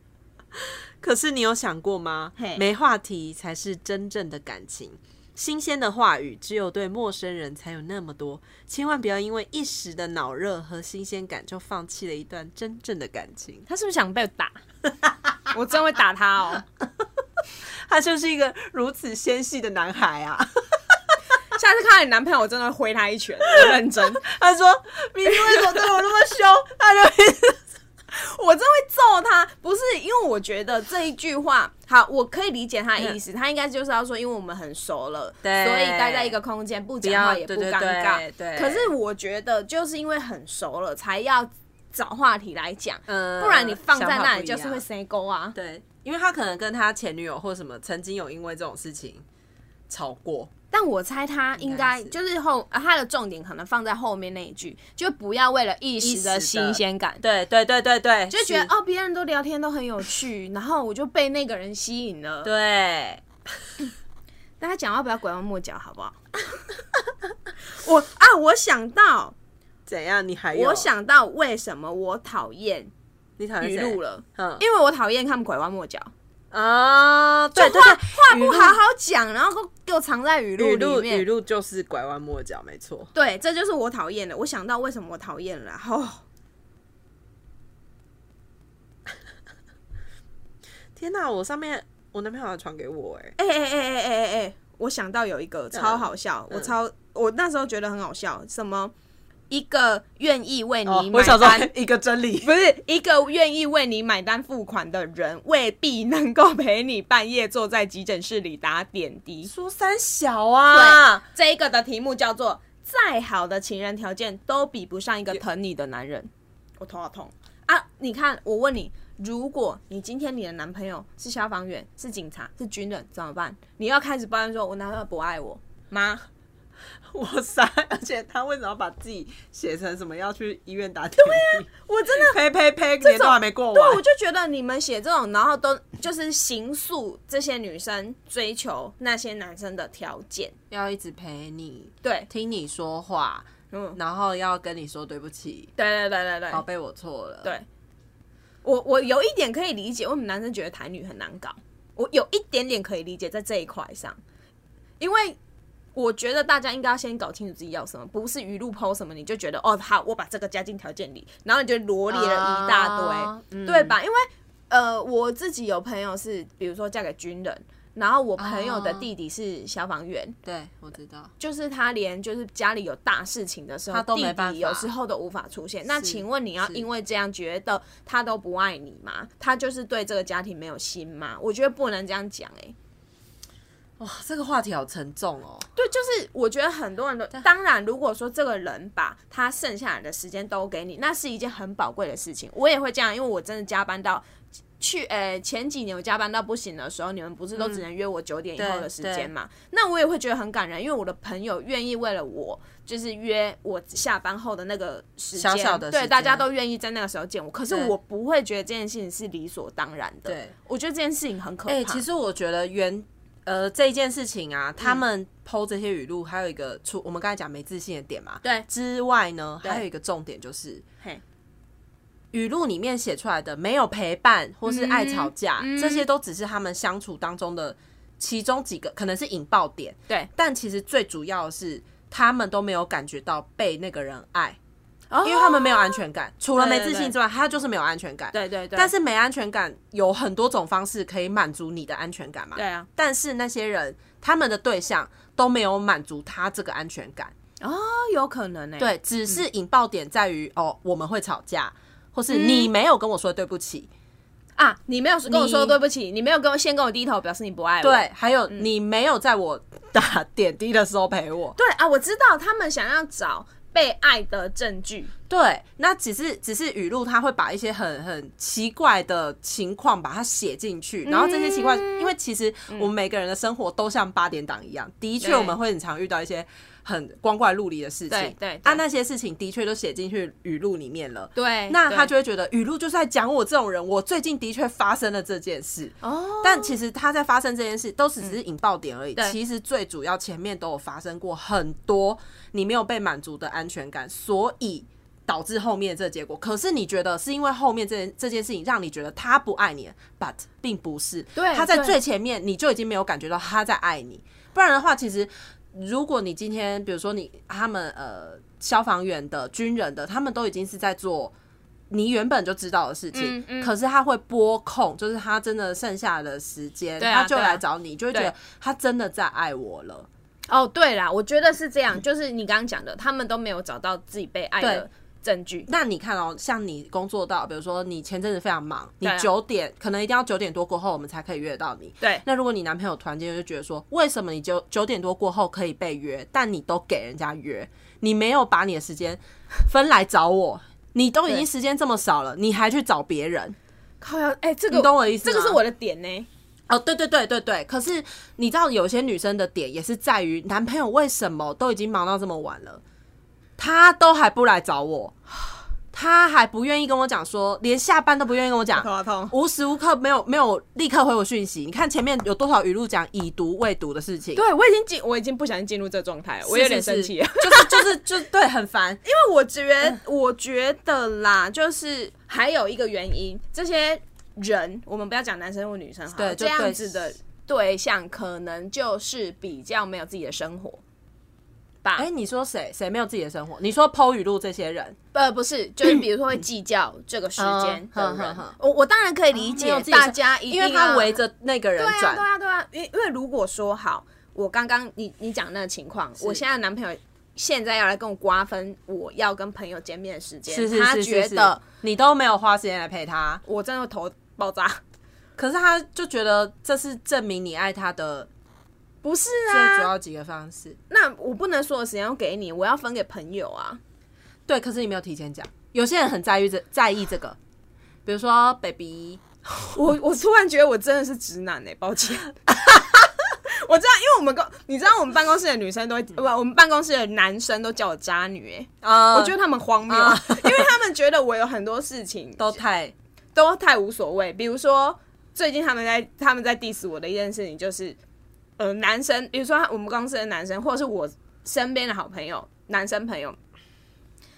可是你有想过吗
嘿？
没话题才是真正的感情。新鲜的话语只有对陌生人才有那么多，千万不要因为一时的脑热和新鲜感就放弃了一段真正的感情。
他是不是想被 打？我真的会打他哦！
他就是一个如此纤细的男孩 啊！
下次看到你男朋友，我真的会挥他一拳，我认真。
他说：“明明为什么对我那么凶？”他就一直
我真会揍他，不是因为我觉得这一句话好，我可以理解他的意思，他应该就是要说，因为我们很熟了，
对
所以待在一个空间不讲话
不要
也不
对对
尴尬。
对对
可是我觉得就是因为很熟了，才要找话题来讲，
嗯
不然你放在那里就
想
是
法不一
会
样
塞沟啊。
对，因为他可能跟他前女友或什么曾经有因为这种事情吵过。
但我猜他应该
应该是
就是后、啊他的重点可能放在后面那一句，就不要为了一时的
一时的
新鲜感。
对对对对对，
就觉得
是
哦，别人都聊天都很有趣，然后我就被那个人吸引了。
对，
大家讲话不要拐弯抹角，好不好？ 我啊，我想到，
怎样？你还有
我想到为什么我讨厌
你讨厌
语
谁
录，了，
嗯
因为我讨厌他们拐弯抹角，
啊，对
就
对
话
对，
话
语
不
录
好好讲，然后给我藏在语
语
录
录
里
语
面。
录就是拐弯抹角，没错。
对，这就是我讨厌的。我想到为什么我讨厌了，然 后
天哪，我上面我男朋友还传给我哎、
哎哎哎哎哎哎哎，我想到有一个超好笑，我超我那时候觉得很好笑，什么一个愿意为
哦
你买单，
一个真理，
不是一个愿意为你买单付款的人，未必能够陪你半夜坐在急诊室里打点滴。
说三小啊，
这一个的题目叫做“再好的情人条件都比不上一个疼你的男人”，我头好痛啊！你看，我问你，如果你今天你的男朋友是消防员、是警察、是军人，怎么办？你要开始抱怨说“我男朋友不爱我”吗？
我傻，而且他为什么要把自己写成什么要去医院打点滴？
我真的
呸呸呸，年都还没过
对，我
完，
就觉得你们写这种，然后都就是形塑这些女生追求那些男生的条件。
要一直陪你，
对，
听你说话，
嗯，
然后要跟你说对不起，
对对对对
宝
对，
贝，我错了。
对我我有一点可以理解，为什么男生觉得台女很难搞，我有一点点可以理解在这一块上，因为。我觉得大家应该要先搞清楚自己要什么，不是语录抛什么你就觉得哦好，我把这个加进条件里，然后你就罗列了一大堆，
啊嗯
对吧？因为呃，我自己有朋友是，比如说嫁给军人，然后我朋友的
哦
弟弟是消防员，
对，我知道。
就是他连就是家里有大事情的时候，
他都没
弟
办法
弟有时候都无法出现。那
是
请问你要
是
因为这样觉得他都不爱你吗？他就是对这个家庭没有心吗？我觉得不能这样讲哎、欸
哇，这个话题好沉重哦。
对，就是我觉得很多人都，当然，如果说这个人把他剩下来的时间都给你，那是一件很宝贵的事情。我也会这样，因为我真的加班到去，呃，前几年我加班到不行的时候，你们不是都
嗯
只能约我九点以后的时间嘛？那我也会觉得很感人，因为我的朋友愿意为了我，就是约我下班后的那个时间，
小小的时
对，
间
大家都愿意在那个时候见我。可是
对
我不会觉得这件事情是理所当然的。
对，
我觉得这件事情很可怕。
哎、其实我觉得原呃这一件事情
嗯
啊，他们剖这些语录，还有一个除我们刚才讲没自信的点嘛，
对
之外呢，
对
还有一个重点就是
嘿，
语录里面写出来的没有陪伴或是爱吵架，
嗯嗯
这些都只是他们相处当中的其中几个可能是引爆点，
对，
但其实最主要的是他们都没有感觉到被那个人爱，
因
因为他们没有安全感，除了
哦对
没
对
自信之外，他就是没有安全感。
对对对，
但是没安全感有很多种方式可以满足你的安全感嘛？
对啊，
但是那些人他们的对象都没有满足他这个安全感，
哦，有可能哎、欸，
对，只是
嗯
引爆点在于、哦，我们会吵架，或是你没有跟我说对不起，
啊，你没有跟我说
你
对不起，你没有跟我先跟我低头，表示你不爱我。
对，还有
嗯
你没有在我打点滴的时候陪我。
对啊，我知道他们想要找被爱的证据，
对，那只是只是语录，他会把一些很很奇怪的情况把它写进
嗯
去，然后这些奇怪，因为其实我们每个人的生活都像八点档一样，的确
对
我们会很常遇到一些很光怪陆离的事情，
对对对
啊，那些事情的确都写进去语录里面了。
对
那他就会觉得语录就是在讲我这种人，我最近的确发生了这件事，
哦，
但其实他在发生这件事都只只是引爆点而已。
嗯对
其实最主要前面都有发生过很多你没有被满足的安全感，所以导致后面这结果。可是你觉得是因为后面这件这件事情让你觉得他不爱你了，but 并不是。
对
他在
对
最前面你就已经没有感觉到他在爱你，不然的话其实。如果你今天，比如说你他们呃消防员的、军人的，他们都已经是在做你原本就知道的事情，
嗯嗯
可是他会拨空，就是他真的剩下的时间，
对啊
他就
对啊
来找你，就会觉得
对
他真的在爱我了。
哦，对啦，我觉得是这样，就是你刚刚讲的，他们都没有找到自己被爱的
对
证据。
那你看哦，像你工作到，比如说你前阵子非常忙，你
对啊
九点、可能一定要九点多过后我们才可以约到你。
对
那如果你男朋友突然间就觉得说，为什么你九九点多过后可以被约，但你都给人家约，你没有把你的时间分来找我，你都已经
对
时间这么少了，你还去找别人？
靠呀，哎、这个
你懂我的意思
这
吗
个是我的点呢。
哦，对对对对对，可是你知道，有些女生的点也是在于男朋友为什么都已经忙到这么晚了，他都还不来找我，他还不愿意跟我讲说，连下班都不愿意跟我讲，
痛。
无时无刻没有没有立刻回我讯息。你看前面有多少语录讲已读未读的事情，
对，我已经进，我已经不想进入这状态了，我有点生气 了。
是，就是就是就对，很烦。
因为我觉得，我觉得啦，就是还有一个原因，这些人，我们不要讲男生或女生好了，
对
这
就
样
对
子的对象可能就是比较没有自己的生活吧。
哎、你说谁谁没有自己的生活？你说剖语录这些人，
呃，不是，就是比如说会计较这个时间的
嗯哼哼
人
哼，哦
我我当然可以理
没有
解
自己的
大
生
家一定
因
要，
为他围着那个人
对啊，
转，
对啊，对啊，因为因为如果说好，我刚刚你你讲那个情况，我现在的男朋友现在要来跟我瓜分我要跟朋友见面的时间，
是是是
他
是
觉
是
得
你都没有花时间来陪他，
我真的会头爆炸，
可是他就觉得这是证明你爱他的
不是
最
啊？
主要几个方式。
那我不能所有时间都给你，我要分给朋友啊。
对，可是你没有提前讲。有些人很在意这在意这个，比如说 baby，
我我突然觉得我真的是直男哎、抱歉。 我知道，因为我们公，你知道我们办公室的女生都会，不，我们办公室的男生都叫我渣女哎、
呃，
我觉得他们荒谬，
啊
因为他们觉得我有很多事情
都太
都太无所谓。比如说，最近他们在他们在 diss 我的一件事情就是，呃，男生，比如说我们公司的男生，或者是我身边的好朋友，男生朋友，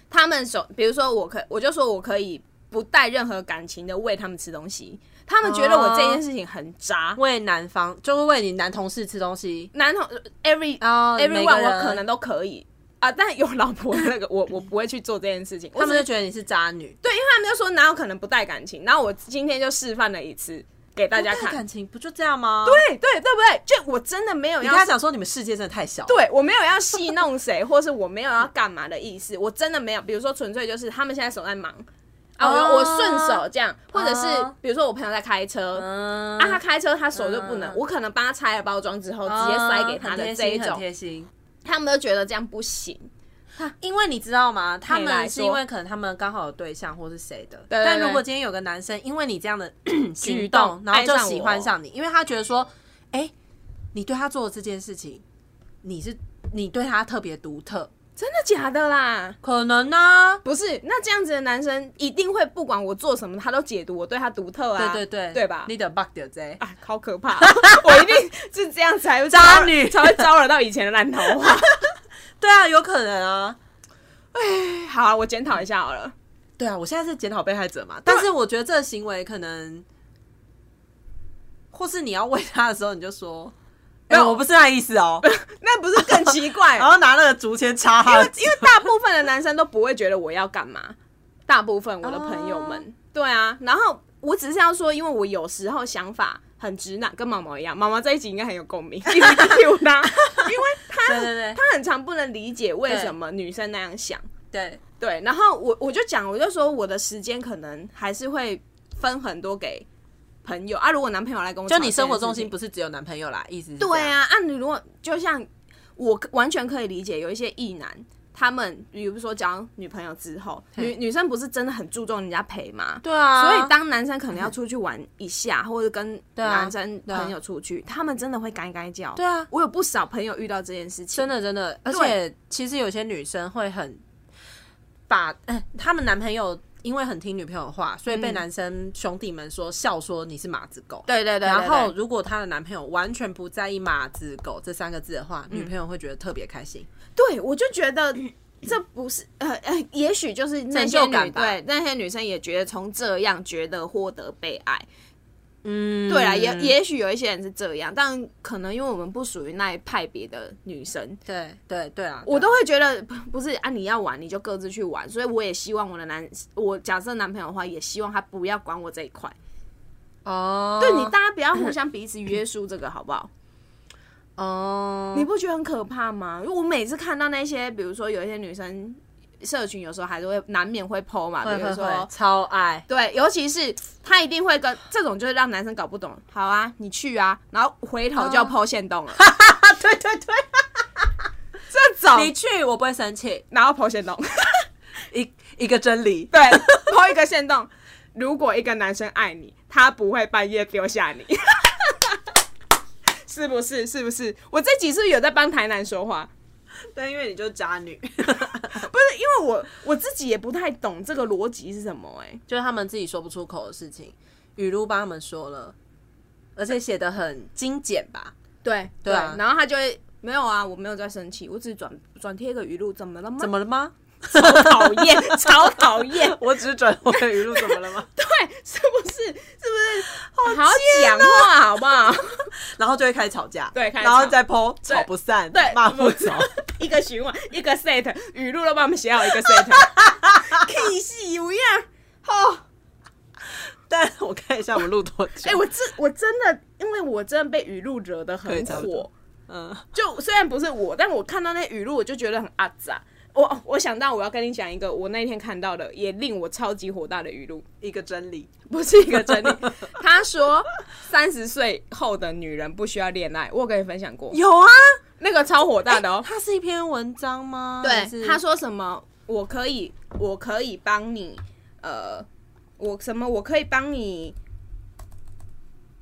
他们手，比如说我可，我就说我可以不带任何感情的喂他们吃东西，他们觉得我这件事情很渣。
为男方，就是为你男同事吃东西。
男同呃 every
哦
everyone 我可能都可以啊，但有老婆的那个我我不会去做这件事 情。
他
我只
们
是
就觉得你是渣女，
对，因为他们就说哪有可能不带感情，然后我今天就示范了一次给大家
不带
看。
感情不就这样吗？，
对啊对对不对？就我真的没有
你
要
跟他讲说你们世界真的太小，，
对我没有要戏弄谁，或是我没有要干嘛的意思，我真的没有。比如说，纯粹就是他们现在手在忙啊，
哦
我我顺手这样，或者是
哦
比如说我朋友在开车。
嗯，
啊，他开车，他手就不能，我可能帮他拆了包装之后，直接塞给他
啊
的这
很贴心
一
哦很
种，
贴心。
他们都觉得这样不行。
因为你知道吗？他
可以来
们
说
是因为可能他们刚好有对象或是谁的，
对对
但如果今天有个男生因为你这 样的举
动
动，然后就
爱上我
喜欢上你，因为他觉得说，哎、你对他做的这件事情，你是你对他特别独特，
真的假的啦？
可能啊呢、
不是，那这样子的男生一定会不管我做什么，他都解读我对他独特啊，
对对对，
对吧？
你的 bug 掉这，
啊，好可怕！ 我一定是这样才会招
渣女
才会招惹到以前的烂桃花。
对啊，有可能啊。
好啊，我检讨一下好了。
对啊，我现在是检讨被害者嘛，但是我觉得这个行为可能，或是你要喂他的时候，你就说，
没
哎、
有
我不是那意思哦，
那不是更奇 怪？
然后拿那个竹签插
因
他
为
的
因为大部分的男生都不会觉得我要干嘛，大部分我的朋友
哦
们，对啊。然后我只是要说，因为我有时候想法很直男，跟毛毛一样，毛毛这一集应该很有共鸣。Q 他，因为他
对对对
他很常不能理解为什么女生那样想。
对，
对，然后我我就讲，我就说我的时间可能还是会分很多给朋友啊。如果男朋友来跟我吵
就
这件
你
事情，
生活重心不是只有男朋友啦，意思是这样
对，啊，啊，你如果就像我可完全可以理解，有一些异男，他们比如说交女朋友之后，女女生不是真的很注重人家陪吗？
对啊，
所以当男生可能要出去玩一下，或者跟
啊
男生
对啊
朋友出去，他们真的会干干叫。
对啊
我有不少朋友遇到这件事情，
真的真的，而且其实有些女生会很把呃他们男朋友。因为很听女朋友的话，所以被
嗯
男生兄弟们说、笑说你是马子狗。
对对对
然
对
后
对
如果她的男朋友完全不在意“马子狗”这三个字的话，
嗯
女朋友会觉得特别开心。
对我就觉得。这不是呃呃，也许就是那些
成就
女
感吧
对那些女生也觉得从这样觉得获得被爱，
嗯，
对啊，也也许有一些人是这样，但可能因为我们不属于那一派别的女生，
对对对啊，
我
对啊
都会觉得不不是啊，你要玩你就各自去玩，所以我也希望我的男，我假设男朋友的话，也希望他不要管我这一块。
哦，
对你，大家不要互相彼此约束这个，好不好？
嗯哦，
你不觉得很可怕吗？因为我每次看到那些，比如说有一些女生社群，有时候还是会难免会 PO 嘛，
会
比如
会
说
会超爱，
对，尤其是他一定会跟这种，就是让男生搞不懂。好啊，你去啊，然后回头就要剖线洞了。对嗯 对 对，这
你
种
去我不会生气，
然后剖线洞，
一一个真理。
对，剖一个线洞。如果一个男生爱你，他不会半夜丢下你， 是不是？是不是？我这集是不是有在帮台南说话？
但因为你就是渣 女，
不是，因为我我自己也不太懂这个逻辑是什么、欸。
就是他们自己说不出口的事情，语录帮他们说了，而且写的很精简吧？
对
对啊
然后他就会没有啊，我没有在生气，我只是转转贴一个语录，怎么了吗？
怎么了吗？
超讨厌， 超讨厌，
我只是转我的语录，怎么了吗？
对，是不是？是不是？好好讲
哦
话，好不 好？
然后就会开始吵架，
对开始
然后再剖，
对
吵不散，
对
骂不走，
一个循环，一个 set，语录都帮我们写好一个 set，气死我呀！哦，
但我看一下我们录多久，
哎、我真我真的，因为我真的被语录惹得
可以
很
差不多
火，
嗯，
就虽然不是我，但我看到那语录，我就觉得很阿杂。我我想到我要跟你讲一个我那天看到的，也令我超级火大的语录。
一个真理，
不是一个真理。他说，三十岁后的女人不需要恋爱。我有跟你分享过，
有啊，哎
那个超火大的哦。
它是一篇文章吗？还是
对，他说什么？我可以，我可以帮你，呃，我什么？我可以帮你。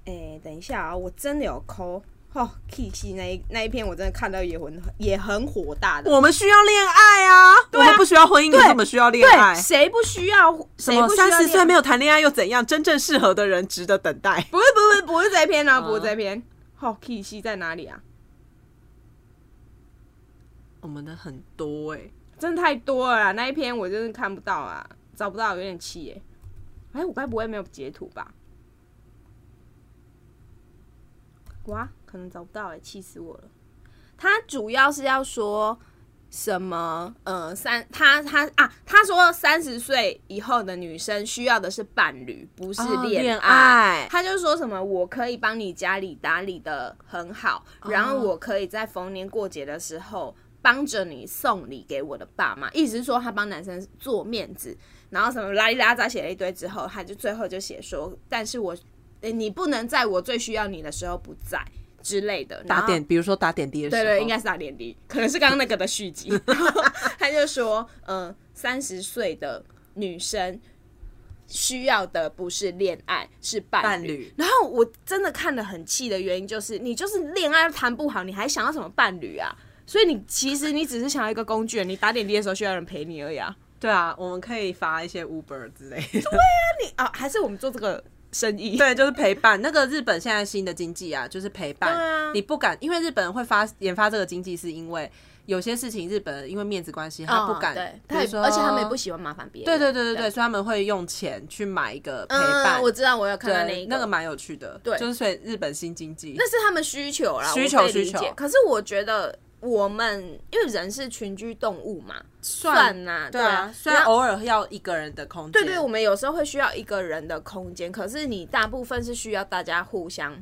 哎、等一下啊，我真的有抠。哦，K K 那一那一篇我真的看到也很也很火大的。
我们需要恋爱啊，我们不需要婚姻，可是我们需要恋爱
对，。谁不需要？
什
谁
么
不需要
三十
恋
岁
爱
没有谈恋爱又怎样？真正适合的人值得等待。
不是不是不是这篇
嗯
啊，不是这篇。哦，K K 在哪里啊？
我们的很多哎、
真的太多了啦，那一篇我真的看不到啊，找不到，有点气耶、哎，我该不会没有截图吧？哇，可能找不到哎、气死我了。他主要是要说什么？呃，三他他啊，他说三十岁以后的女生需要的是伴侣，不是
哦
恋
恋爱
他就说什么我可以帮你家里打理的很好，然后我可以在逢年过节的时候帮着你送礼给我的爸妈，意思是说他帮男生做面子，然后什么拉里拉杂写了一堆之后，他就最后就写说，但是我呃你不能在我最需要你的时候不在之类的，然
打
后
点，比如说打点滴的时候，
对对，应该是打点滴，可能是刚刚那个的续 集。然后他就说，呃，三十岁的女生需要的不是恋爱，是伴侣。
伴侣
然后我真的看得很气的原因就是，你就是恋爱都谈不好，你还想要什么伴侣啊？所以你其实你只是想要一个工具人，你打点滴的时候需要人陪你而已啊。
对啊，我们可以发一些 Uber 之类的，
你啊，还是我们做这个生意？
对，就是陪伴。那个日本现在新的经济啊，就是陪伴。
对啊
你不敢，因为日本会发研发这个经济，是因为有些事情日本因为面子关系，他不敢，
哦对，
比如
他也
说
而且他们也不喜欢麻烦别人。
对对对对对，所以他们会用钱去买一个陪伴。
嗯，我知道，我有看到那
对
一，
那个蛮有趣的，
对
就是所以日本新经济，
那是他们需求啦，
需求
我可以理
需求
解可是我觉得我们因为人是群居动物嘛，算呐、
对啊，虽然偶尔要一个人的空间，
对对，我们有时候会需要一个人的空间，可是你大部分是需要大家互相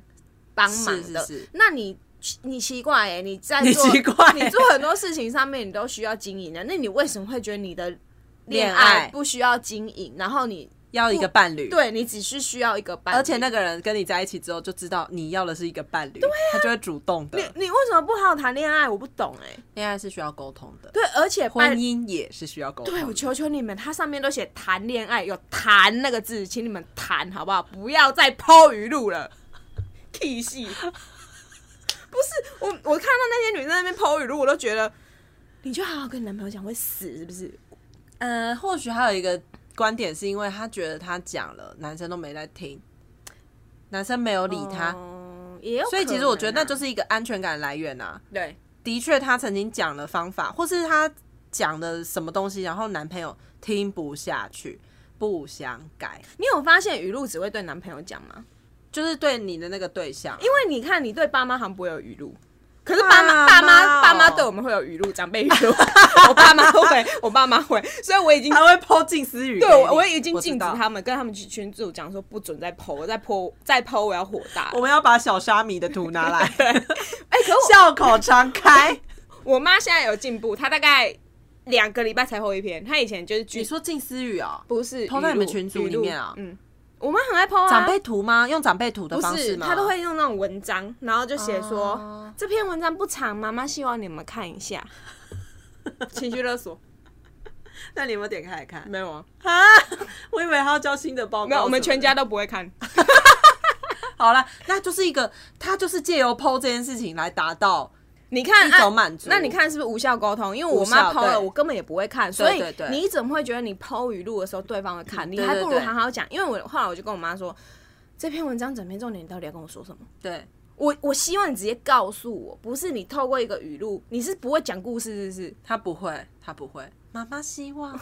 帮忙
是
的。
是是
那你你奇怪哎、你在
你
做
奇怪欸
你做很多事情上面你都需要经营的，那你为什么会觉得你的恋
恋爱
爱不需要经营，然后你
要一个伴侣，，
对你只是需要一个伴侣，
而且那个人跟你在一起之后就知道你要的是一个伴侣，对、啊他就会主动的。
你为什么不好好谈恋爱？我不懂哎、
恋爱是需要沟通的，
对，而且
婚
伴
姻也是需要沟通
哎对，我
的。
求求你们，它上面都写谈恋爱，有谈那个字，请你们谈好不好？不要再抛鱼露了，气戏。不是我，我看到那些女生在那边抛鱼露，我都觉得，你就好好跟你男朋友讲会死是不是？
嗯，或许还有一个观点是因为他觉得他讲了，男生都没在听，男生没有理他，
嗯也有可能啊、
所以其实我觉得那就是一个安全感来源啊。
对
的确他曾经讲的方法，或是他讲的什么东西，然后男朋友听不下去，不想改，
你有发现语录只会对男朋友讲吗？
就是对你的那个对象，
因为你看，你对爸妈好像不会有语录，可是爸妈、爸
爸妈
妈、
哦
爸妈对我们会有语录，长辈语录。 我爸妈会，我爸妈会，所以我已经
他会抛近思语给
对
你。
我我已经
我知
禁止
道
他们跟他们去群组讲说不准再剖，我再剖再剖我要火大。
我们要把小沙弥的图拿 来，
哎、可我
笑口常开。
我妈现在有进步，她大概两个礼拜才剖一篇，她以前就是
你
拒
说近思语哦，
不是
剖在你们
语录
群组里面啊
语录嗯，我妈很爱剖啊，
长辈图吗？用长辈图的
不
方式
是，
吗？
他都会用那种文章，然后就写说、
哦
这篇文章不长，妈妈希望你们看一 下。情绪勒索
那你有没有点开来看？
没有啊？
啊， 我以为他要交新的报告。
没有，我们全家都不会看。
好了，那就是一个，他就是借由剖这件事情来达到
你看
一
啊
种满足
那你看是不是无效沟通？因为我
无效
妈抛了，
对
我根本也不会看，所以
对对
你怎么会觉得你抛语录的时候对方会看？你
对
还
对
不如
对
好好讲。因为我后来我就跟我妈说，这篇文章整篇重点你到底要跟我说什么？
对。
我我希望你直接告诉我，不是你透过一个语录，你是不会讲故事，是不是？
他不会，他不会。妈妈希望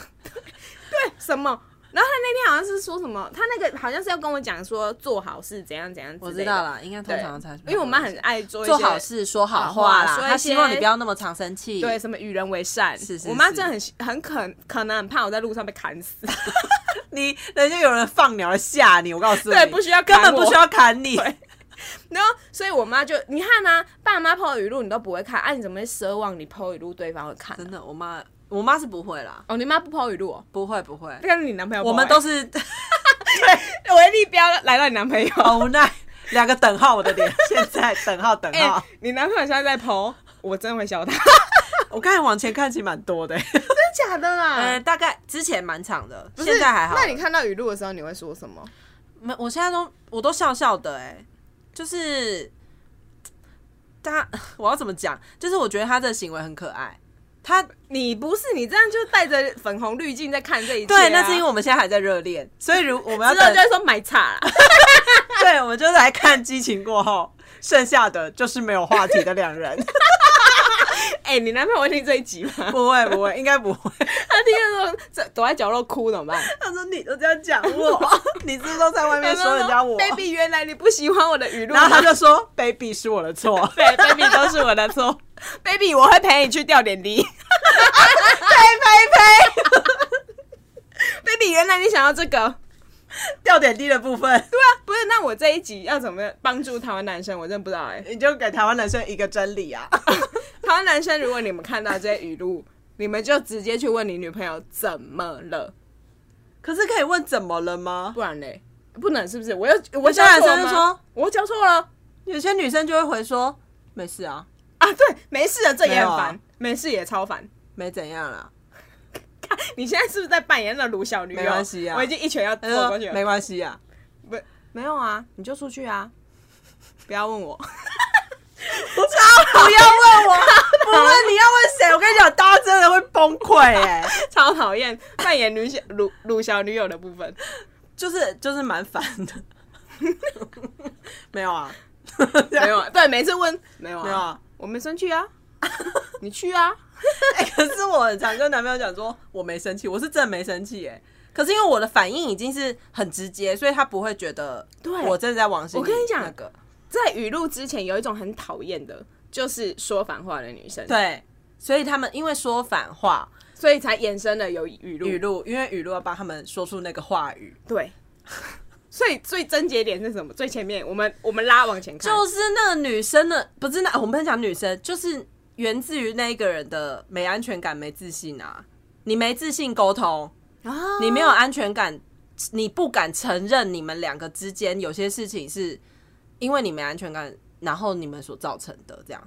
什么？然后他那天好像是说什么，他那个好像是要跟我讲说做好事怎样怎样之类的。
我知道啦，应该通
对，
常才是
因为我妈很爱做一些
做好，事说好话
好
啦，
话说一
她希望
些
你不要那么常生气。
对，什么与人为善。
是是
我妈
是
真的很很可可能很怕我在路上被砍死。
你人家有人放鸟来吓你，我告诉你，
对不需要
根
砍
本不
我
需要砍你。
然后，所以我妈就你看啊，爸妈抛语录你都不会看，啊，你怎么会奢望你抛语录对方会看？
真的，我妈我妈是不会啦，
哦，你妈不抛语录哦，
不会不会，
但是你男朋友抛哎
我们
欸
都 是
为力标来到你男朋友。
好无奈，两个等号我的脸，现在等号等
哎、
号。
你男朋友现在在抛，我真的会 笑他，真
我刚才往前看，其实蛮多的、
的假的啦？
呃，大概之前蛮长的，
不是
现在还好。
那你看到语录的时候，你会说什么？
没，我现在都我都笑笑的哎、就是他， 我要怎么讲？就是我觉得他这个行为很可爱。他
你不是你这样就带着粉红滤镜在看这一切、啊。
对，那是因为我们现在还在热恋，所以如 我们要
之后
等
就，会说买啊茶 啦，
对，我们就来看激情过后，剩下的就是没有话题的两 人。
哎、你男朋友会听这一集吗？
不会，不会，应该不会。
他听的时候这躲在角落哭怎么办？
他说你都这样讲我， 你是不是都在外面说人 家我？
baby，原来你不喜欢我的语录
然
吗，
后他就说 baby 是我的错
对，baby 都是我的错 ，baby 我会陪你去钓点 滴。baby，原来你想要这个，
掉点低的部分。
对啊，不是？那我这一集要怎么帮助台湾男生？我真的不知道 哎、
你就给台湾男生一个真理啊！
台湾男生，如果你们看到这些语录，你们就直接去问你女朋友怎么了，
可是可以问怎么了吗？
不然嘞，不能是不是？我又我
有些
教错
男
了
生就
吗
说
我又教错了
有些女生就会回说没事啊，
啊，对，没事的，这也
没
很
有啊
烦，没事也超烦。
没怎样啊啦，
你现在是不是在扮演那鲁小女友？
没关系啊
我已经一拳要揍
他就说
过去了。
没关系啊，
没没有啊，你就出去啊，不要问我。
不要啊问 我，不问你要问谁？我跟你讲，大家真的会崩溃 哎、
超讨厌扮演女小鲁鲁小女友的部分。
就是就是蛮烦的。 没有啊，
没有，啊，对，每次问没有啊，
没有啊
我没生 气啊，你去啊。
哎、 可是我很常跟男朋友讲说，我没生气，我是真的没生气哎、可是因为我的反应已经是很直接，所以他不会觉得
对
我真的在往心里
我跟你讲
那个
在语录之前有一种很讨厌的，就是说反话的女生，，
对，所以他们因为说反话，
所以才衍生了有语录。
语录，因为语录要帮他们说出那个话语，
对，所以最症结点是什么？最前面，我们我们拉往前看，
就是那个女生的，不是那我们不能讲女生，就是源自于那一个人的没安全感、没自信啊。你没自信沟通，
啊
你没有安全感你不敢承认你们两个之间有些事情是因为你没安全感，然后你们所造成的这样。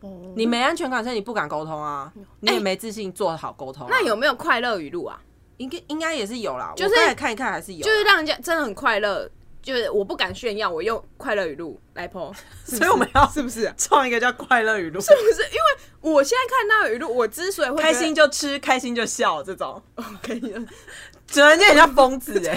哦
你没安全感，所以你不敢沟通啊，你也没自信做好沟通啊、
那有没有快乐语录啊？
应该应该也是有啦，
就是
我刚才看一看还是有啊，
就是让人家真的很快乐，就是我不敢炫耀，我用快乐语录来 po，是不是
所以我们要
是不是？
创一个叫快乐语录，
不是，因为我现在看到的语录，我之所以会觉
开
得
心就吃，开心就笑这 种，
可以，
整人家很像疯子哎、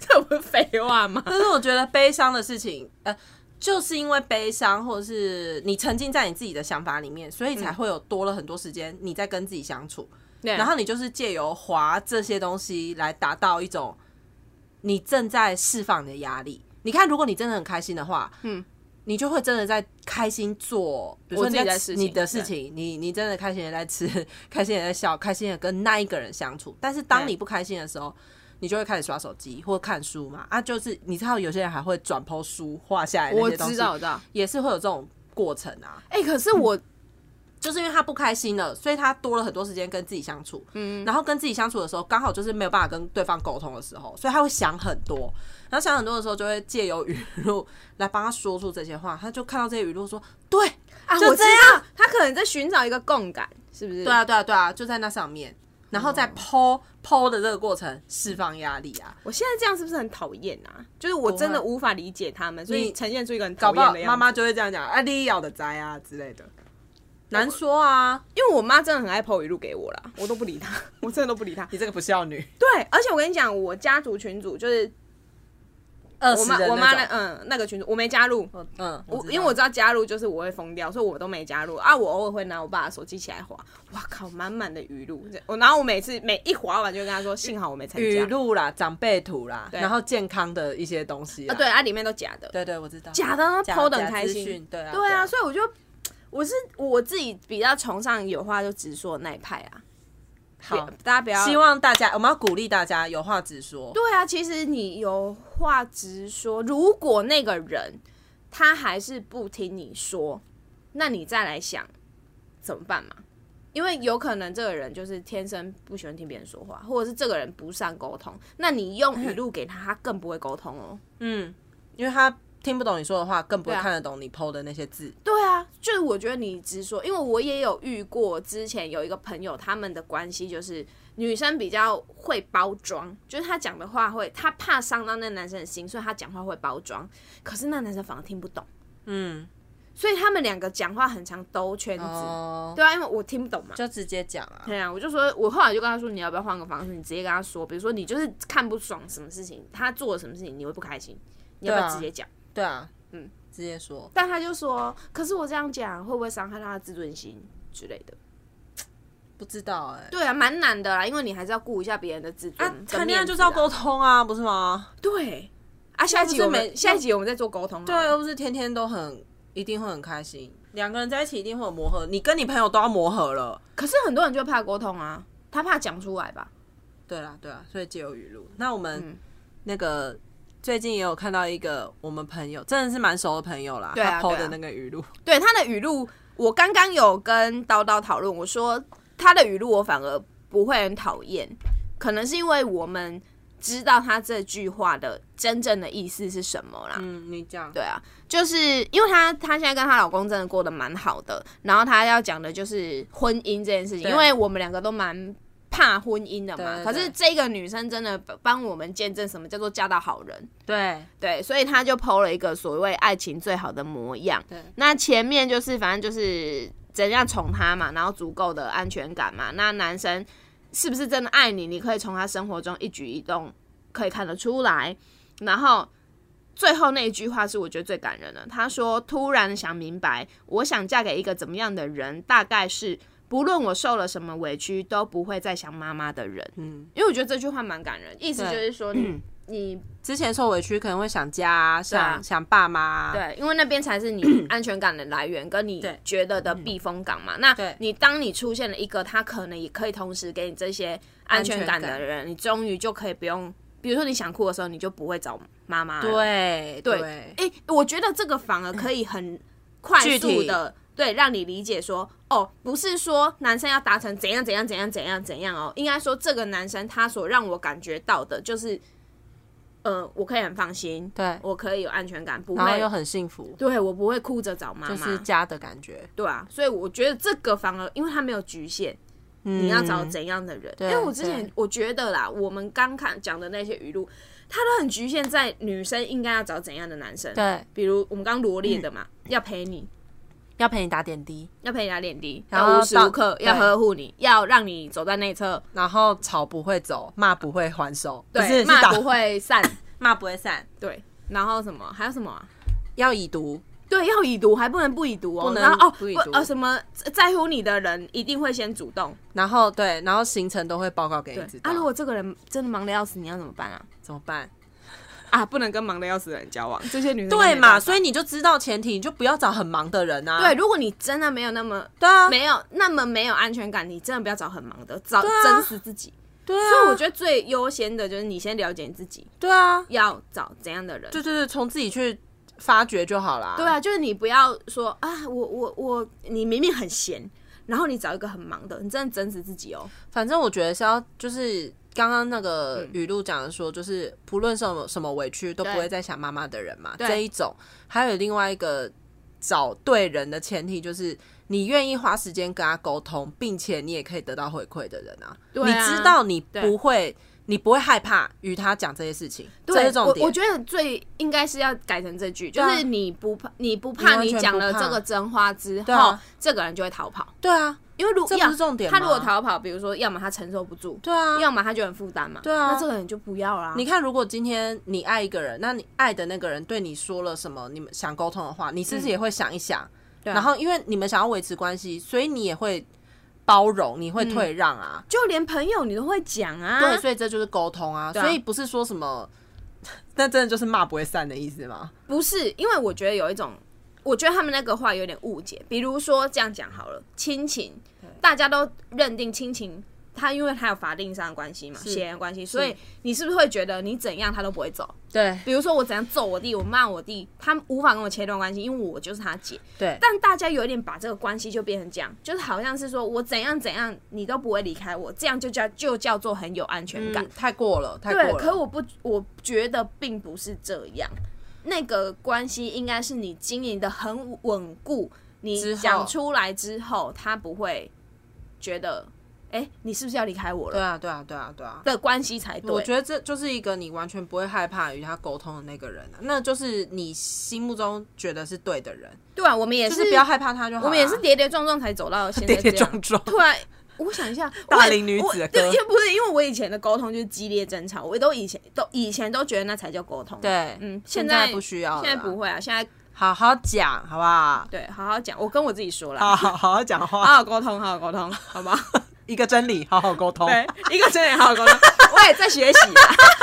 这不是废话吗？
但是我觉得悲伤的事情，呃，就是因为悲伤，或者是你沉浸在你自己的想法里面，所以才会有多了很多时间你在跟自己相处。
嗯对啊
然后你就是借由滑这些东西来达到一种你正在释放你的压力。你看，如果你真的很开心的话，
嗯，
你就会真的在开心做，比如说
我
你
自己
在
的
吃
事情
你的事情，你你真的开心的在吃， 开心的在笑，开心的跟那一个人相处。但是当
对
你不开心的时候，你就会开始刷手机或看书嘛。啊，就是你知道有些人还会转剖书画下来那
我
些东西，
知道，我知道。
也是会有这种过程啊。
哎、可是我
就是因为他不开心了，所以他多了很多时间跟自己相处。嗯，然后跟自己相处的时候，刚好就是没有办法跟对方沟通的时候，所以他会想很多。然后想很多的时候，就会借由语录 来帮他说出这些话。他就看到这些语录说：“对，
啊，
就
我知
这样
道，他可能在寻找一个共感，是不是？
对啊，对啊，对啊，就在那上面。”然后在
哦
剖剖的这个过程释放压力啊，
我现在这样是不是很讨厌啊？就是我真的
不
无法理解他们，所
你
以呈现出一个很
搞
讨
不好
厌的样子。
妈妈就会这样讲：“啊，你咬的灾啊之类的，难说啊，
因为我妈真的很爱抛语录给我啦，我都不理她，我真的都不理她。
你这个不孝女。
对，而且我跟你讲，我家族群组就是”
二
我
十
妈
人
我妈那
那种
嗯那个群组我没加入，
嗯，
我
知道
因为我知道加入就是我会疯掉，所以我都没加入啊。我偶尔会拿我爸的手机起来划，哇靠，满满的语录。这我然后我每次每一划完就跟他说，幸好我没参加。啊
语录啦、长辈图啦，
对
然后健康的一些东西
啊，
啦
对啊，里面都假的，
对对，我知道
假的啊
假
抛的
假
很开
资
心
讯。对啊，
对啊，所以我就我是我自己比较崇尚有话就直说的那一派啊。
好
不，大家不要
希望大家我们要鼓励大家有话直说，
对啊，其实你有话直说，如果那个人他还是不听你说，那你再来想怎么办嘛？因为有可能这个人就是天生不喜欢听别人说话，或者是这个人不善沟通，那你用语录给他，他更不会沟通哦。
嗯，因为他听不懂你说的话，更不会
对啊
看得懂你剖的那些字。
对啊，就是我觉得你直说，因为我也有遇过，之前有一个朋友，他们的关系就是女生比较会包装，就是她讲的话会，她怕伤到那男生的心，所以她讲话会包装，可是那男生反而听不懂，啊
嗯，
所以他们两个讲话很常兜圈子，
哦，
对啊，因为我听不懂嘛。
就直接讲啊，
对啊，我就说，我后来就跟他说，你要不要换个方式？你直接跟他说，比如说你就是看不爽什么事情，他做了什么事情你会不开心，你要不
对
要
啊
直接讲？
对啊，嗯
嗯，
直接说，
但他就说，可是我这样讲会不会伤害他的自尊心之类的？
不知道哎。
对啊，蛮难的啦，因为你还是要顾一下别人的自尊、
啊，谈恋爱就是
跟
要
面子啊
沟通啊，不是吗？
对啊。下一集
又
我
不是每
们下一集我们再做沟通好啊
对，
了。
又不是天天都很，一定会很开心。两个人在一起一定会有磨合，你跟你朋友都要磨合了。
可是很多人就怕沟通啊，他怕讲出来吧？
对啦，对啦，啊所以借由语录。那我们那个、最近也有看到一个我们朋友，真的是蛮熟的朋友啦，
对啊
他 PO
对
的
啊
那个语录，
对他的语录，我刚刚有跟叨叨讨论，我说他的语录我反而不会很讨厌，可能是因为我们知道他这句话的真正的意思是什么啦。
嗯，你讲，
对啊，就是因为她她现在跟她老公真的过得蛮好的，然后她要讲的就是婚姻这件事情，
对
因为我们两个都蛮怕婚姻的嘛。
对对
可是这个女生真的帮我们见证什么叫做嫁到好人，
对
对，所以她就剖了一个所谓爱情最好的模样。
对
那前面就是反正就是怎样宠她嘛，然后足够的安全感嘛。那男生是不是真的爱你，你可以从他生活中一举一动可以看得出来。然后最后那一句话是我觉得最感人的，他说：“突然想明白，我想嫁给一个怎么样的人，大概是不论我受了什么委屈，都不会再想妈妈的人。”
嗯
嗯，因为我觉得这句话蛮感人，意思
对嗯
就是说你你
之前受委屈可能会想家、啊，想、
啊
想爸妈、啊，，
对，因为那边才是你 安全感的来源，跟你
对嗯
觉得的避风港嘛。那
对
你当你出现了一个，他可能也可以同时给你这些安全感的人，你终于就可以不用，比如说你想哭的时候，你就不会找妈妈了。
对
对，哎、我觉得这个反而可以很快
具
速
体
的对，让你理解说，哦，不是说男生要达成怎样怎样怎样怎样怎样哦，应该说这个男生他所让我感觉到的就是，呃，我可以很放心，
对
我可以有安全感，不
然后
会
又，很幸福，
对我不会哭着找妈妈，
就是家的感觉。
对啊，所以我觉得这个反而因为他没有局限，你要找怎样的人？因为我之前
嗯对
我觉得啦，我们刚看讲的那些语录，它都很局限在女生应该要找怎样的男生。，
对，嗯
比如我们刚罗列的嘛，要陪你，
要陪你打点滴，
要陪你打点滴，
然后
要无时
到
无刻要
对
呵护你，要让你走在内侧，
然后吵不会走，骂不会还手，不是
对，
是
骂
打
不会散，
骂不会散，
对，然后什么还有什么、啊？
要已读，
对，要已读还不能不已读哦，
不能
然后哦
不已读
呃什么在乎你的人一定会先主动，
然后对，然后行程都会报告给
对
你知道。
啊，如果这个人真的忙的要死，你要怎么办啊？
怎么办？
啊，不能跟忙的要死的人交往，这些女生
对嘛，所
以
以你就知道前提，你就不要找很忙的人啊。
对，如果你真的没有那么
对啊，
没有那么没有安全感，你真的不要找很忙的，找
对啊
真实自己。
对啊，
所以我觉得最优先的就是你先了解你自己
对啊，
要找怎样的人。
对对对，从自己去发掘就好啦。
对啊，就是你不要说啊，我我我，你明明很闲，然后你找一个很忙的，你真的真实自己哦。
反正我觉得是要，就是刚刚那
嗯
个语录讲的说，就是不论什么什么委屈都不
对
会再想妈妈的人嘛，
对
这一种。还有另外一个找对人的前提就是。你愿意花时间跟他沟通，并且你也可以得到回馈的人啊，
对
你
啊
知道你
对
不会，你不会害怕与他讲这些事情，这
对
是，重
我
点。
我觉得最应该是要改成这句，就
对啊
是你不怕你不
你
怕
完
你
全
讲
不
了
怕
这个真话之
对
后
啊，
这个人就会逃跑。
对啊，
因为如
这不
要
是重点
他如果
吗
逃跑，比如说要么他承受不住，
对啊，
要么他就很负担嘛，
对啊
那这个人就不要啦。
你看，如果今天你爱一个人，那你爱的那个人对你说了什么，你们想沟通的话，你是不是也会想一想？
对啊
然后，因为你们想要维持关系，所以你也会包容，你会退让啊。
就连朋友你都会讲啊，
对，所以这就是沟通啊。
对啊
所以不是说什么， 那真的就是骂不会散的意思吗？
不是因为我觉得有一种，我觉得他们那个话有点误解，比如说这样讲好了，亲情，大家都认定亲情。他因为他有法定上的关系嘛，血缘关系，所以你是不是会觉得你怎样他都不会走？
对
比如说我怎样揍我弟，我骂我弟，他无法跟我切断关系，因为我就是他姐。
对
但大家有一点把这个关系就变成这样，就是好像是说我怎样怎样，你都不会离开我，这样就叫就叫做很有安全感。
嗯太过了，太过
对，
了。
可我不，我觉得并不是这样。那个关系应该是你经营的很稳固，
之
你
后
讲出来之后，他不会觉得，哎、你是不是要离开我
对
了？
啊，对啊，对啊，对啊。
的关系才对。
我觉得这就是一个你完全不会害怕与他沟通的那个人、啊，那就是你心目中觉得是对的人，
对啊，我们也，
就是是不要害怕他就好、啊。
我们也是跌跌撞撞才走到现在
跌
这
跌
样。
撞撞。
突然，我想一下，
大
我也
龄女
我
子的歌
对，因为不是因为我以前的沟通就是激烈争吵，我都以前都以前都觉得那才叫沟通。
对，
嗯，
现
在
不需要了啦，
现在不会啊，现在
好好讲，好不好？
对，好好讲，我跟我自己说了，
好好好好讲话，
好好沟通，好好沟通，好 不好？
一个真理，好好沟通
对，一个真的好好沟通，我也在学习 啊，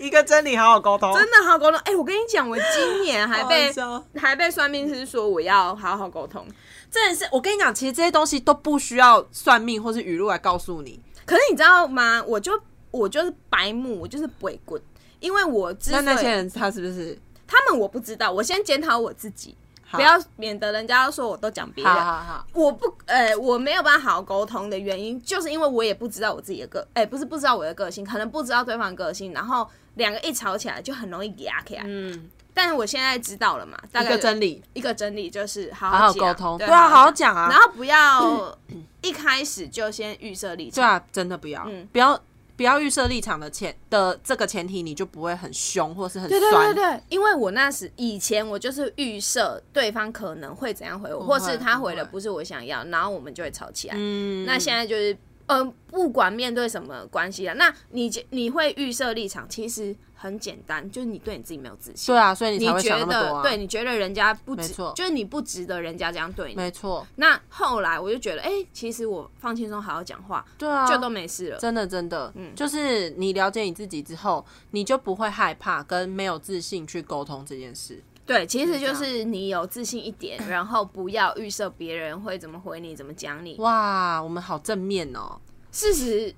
一个真理，好好沟通。
真的好好沟通。哎、我跟你讲，我今年还被
好好笑
还被算命师说我要好好沟通，
真的是，我跟你讲，其实这些东西都不需要算命或是语录来告诉你。
可是你知道吗？我就我就是白目，我就是鬼棍，因为我之
那
所
那些
以
人他是不是？
他们我不知道，我先检讨我自己，
好
不要免得人家说我都讲别
好
人。
好好，
我不，呃，我没有办法好好沟通的原因，就是因为我也不知道我自己的个，哎、不是不知道我的个性，可能不知道对方的个性，然后两个一吵起来就很容易压起来。
嗯，
但是我现在知道了嘛，大
一
概
个真理，
一个真理就是好
好好
讲
沟通，
对
对啊，好好
讲
讲啊
然，后不要一开始就先预设立
对
场。
啊，真的不要，
嗯
不要不要预设立场的前的这个前提，你就不会很凶或是很
对对对
酸。
对，因为我那时以前我就是预设对方可能会怎样回我，
会
或是他回的
不会
不是我想要，然后我们就会吵起来。
嗯，
那现在就是，嗯、不管面对什么关系啊，那你你会预设立场，其实很简单，就是你对你自己没有自信。
对啊，所以你
你
才会想
觉
那么多
得
啊。
对，，你觉得人家不
没
值
错，
就是你不值得人家这样对你。
没错，
那后来我就觉得，哎、其实我放轻松，好好讲话，
对啊，
就都没事了。
真的嗯真的，就是你了解你自己之后，你就不会害怕跟没有自信去沟通这件事。
对，其实就
这
是你有自信一点，然后不要预设别人会怎么回你，怎么讲你。
哇，我们好正面 哦！
事实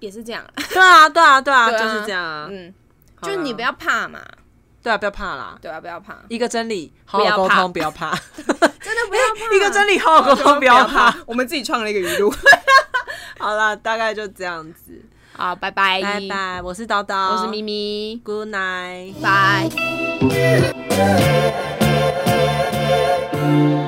也是这样啦，
对啊，对啊，对啊，
对啊
就是这样啊。
嗯，
好
就
啦
是你不要怕嘛。
对啊，不要怕啦。
对啊，不要怕，
一个真理，好好沟通，不要怕。
真的不要怕。
一个 真理，好好沟通，不要怕。，
我们自己创了一个语录。
好啦，大概就这样子。
好，拜拜，
拜，拜，我是叨叨，
我是咪咪，
，Good night。
拜。
Thank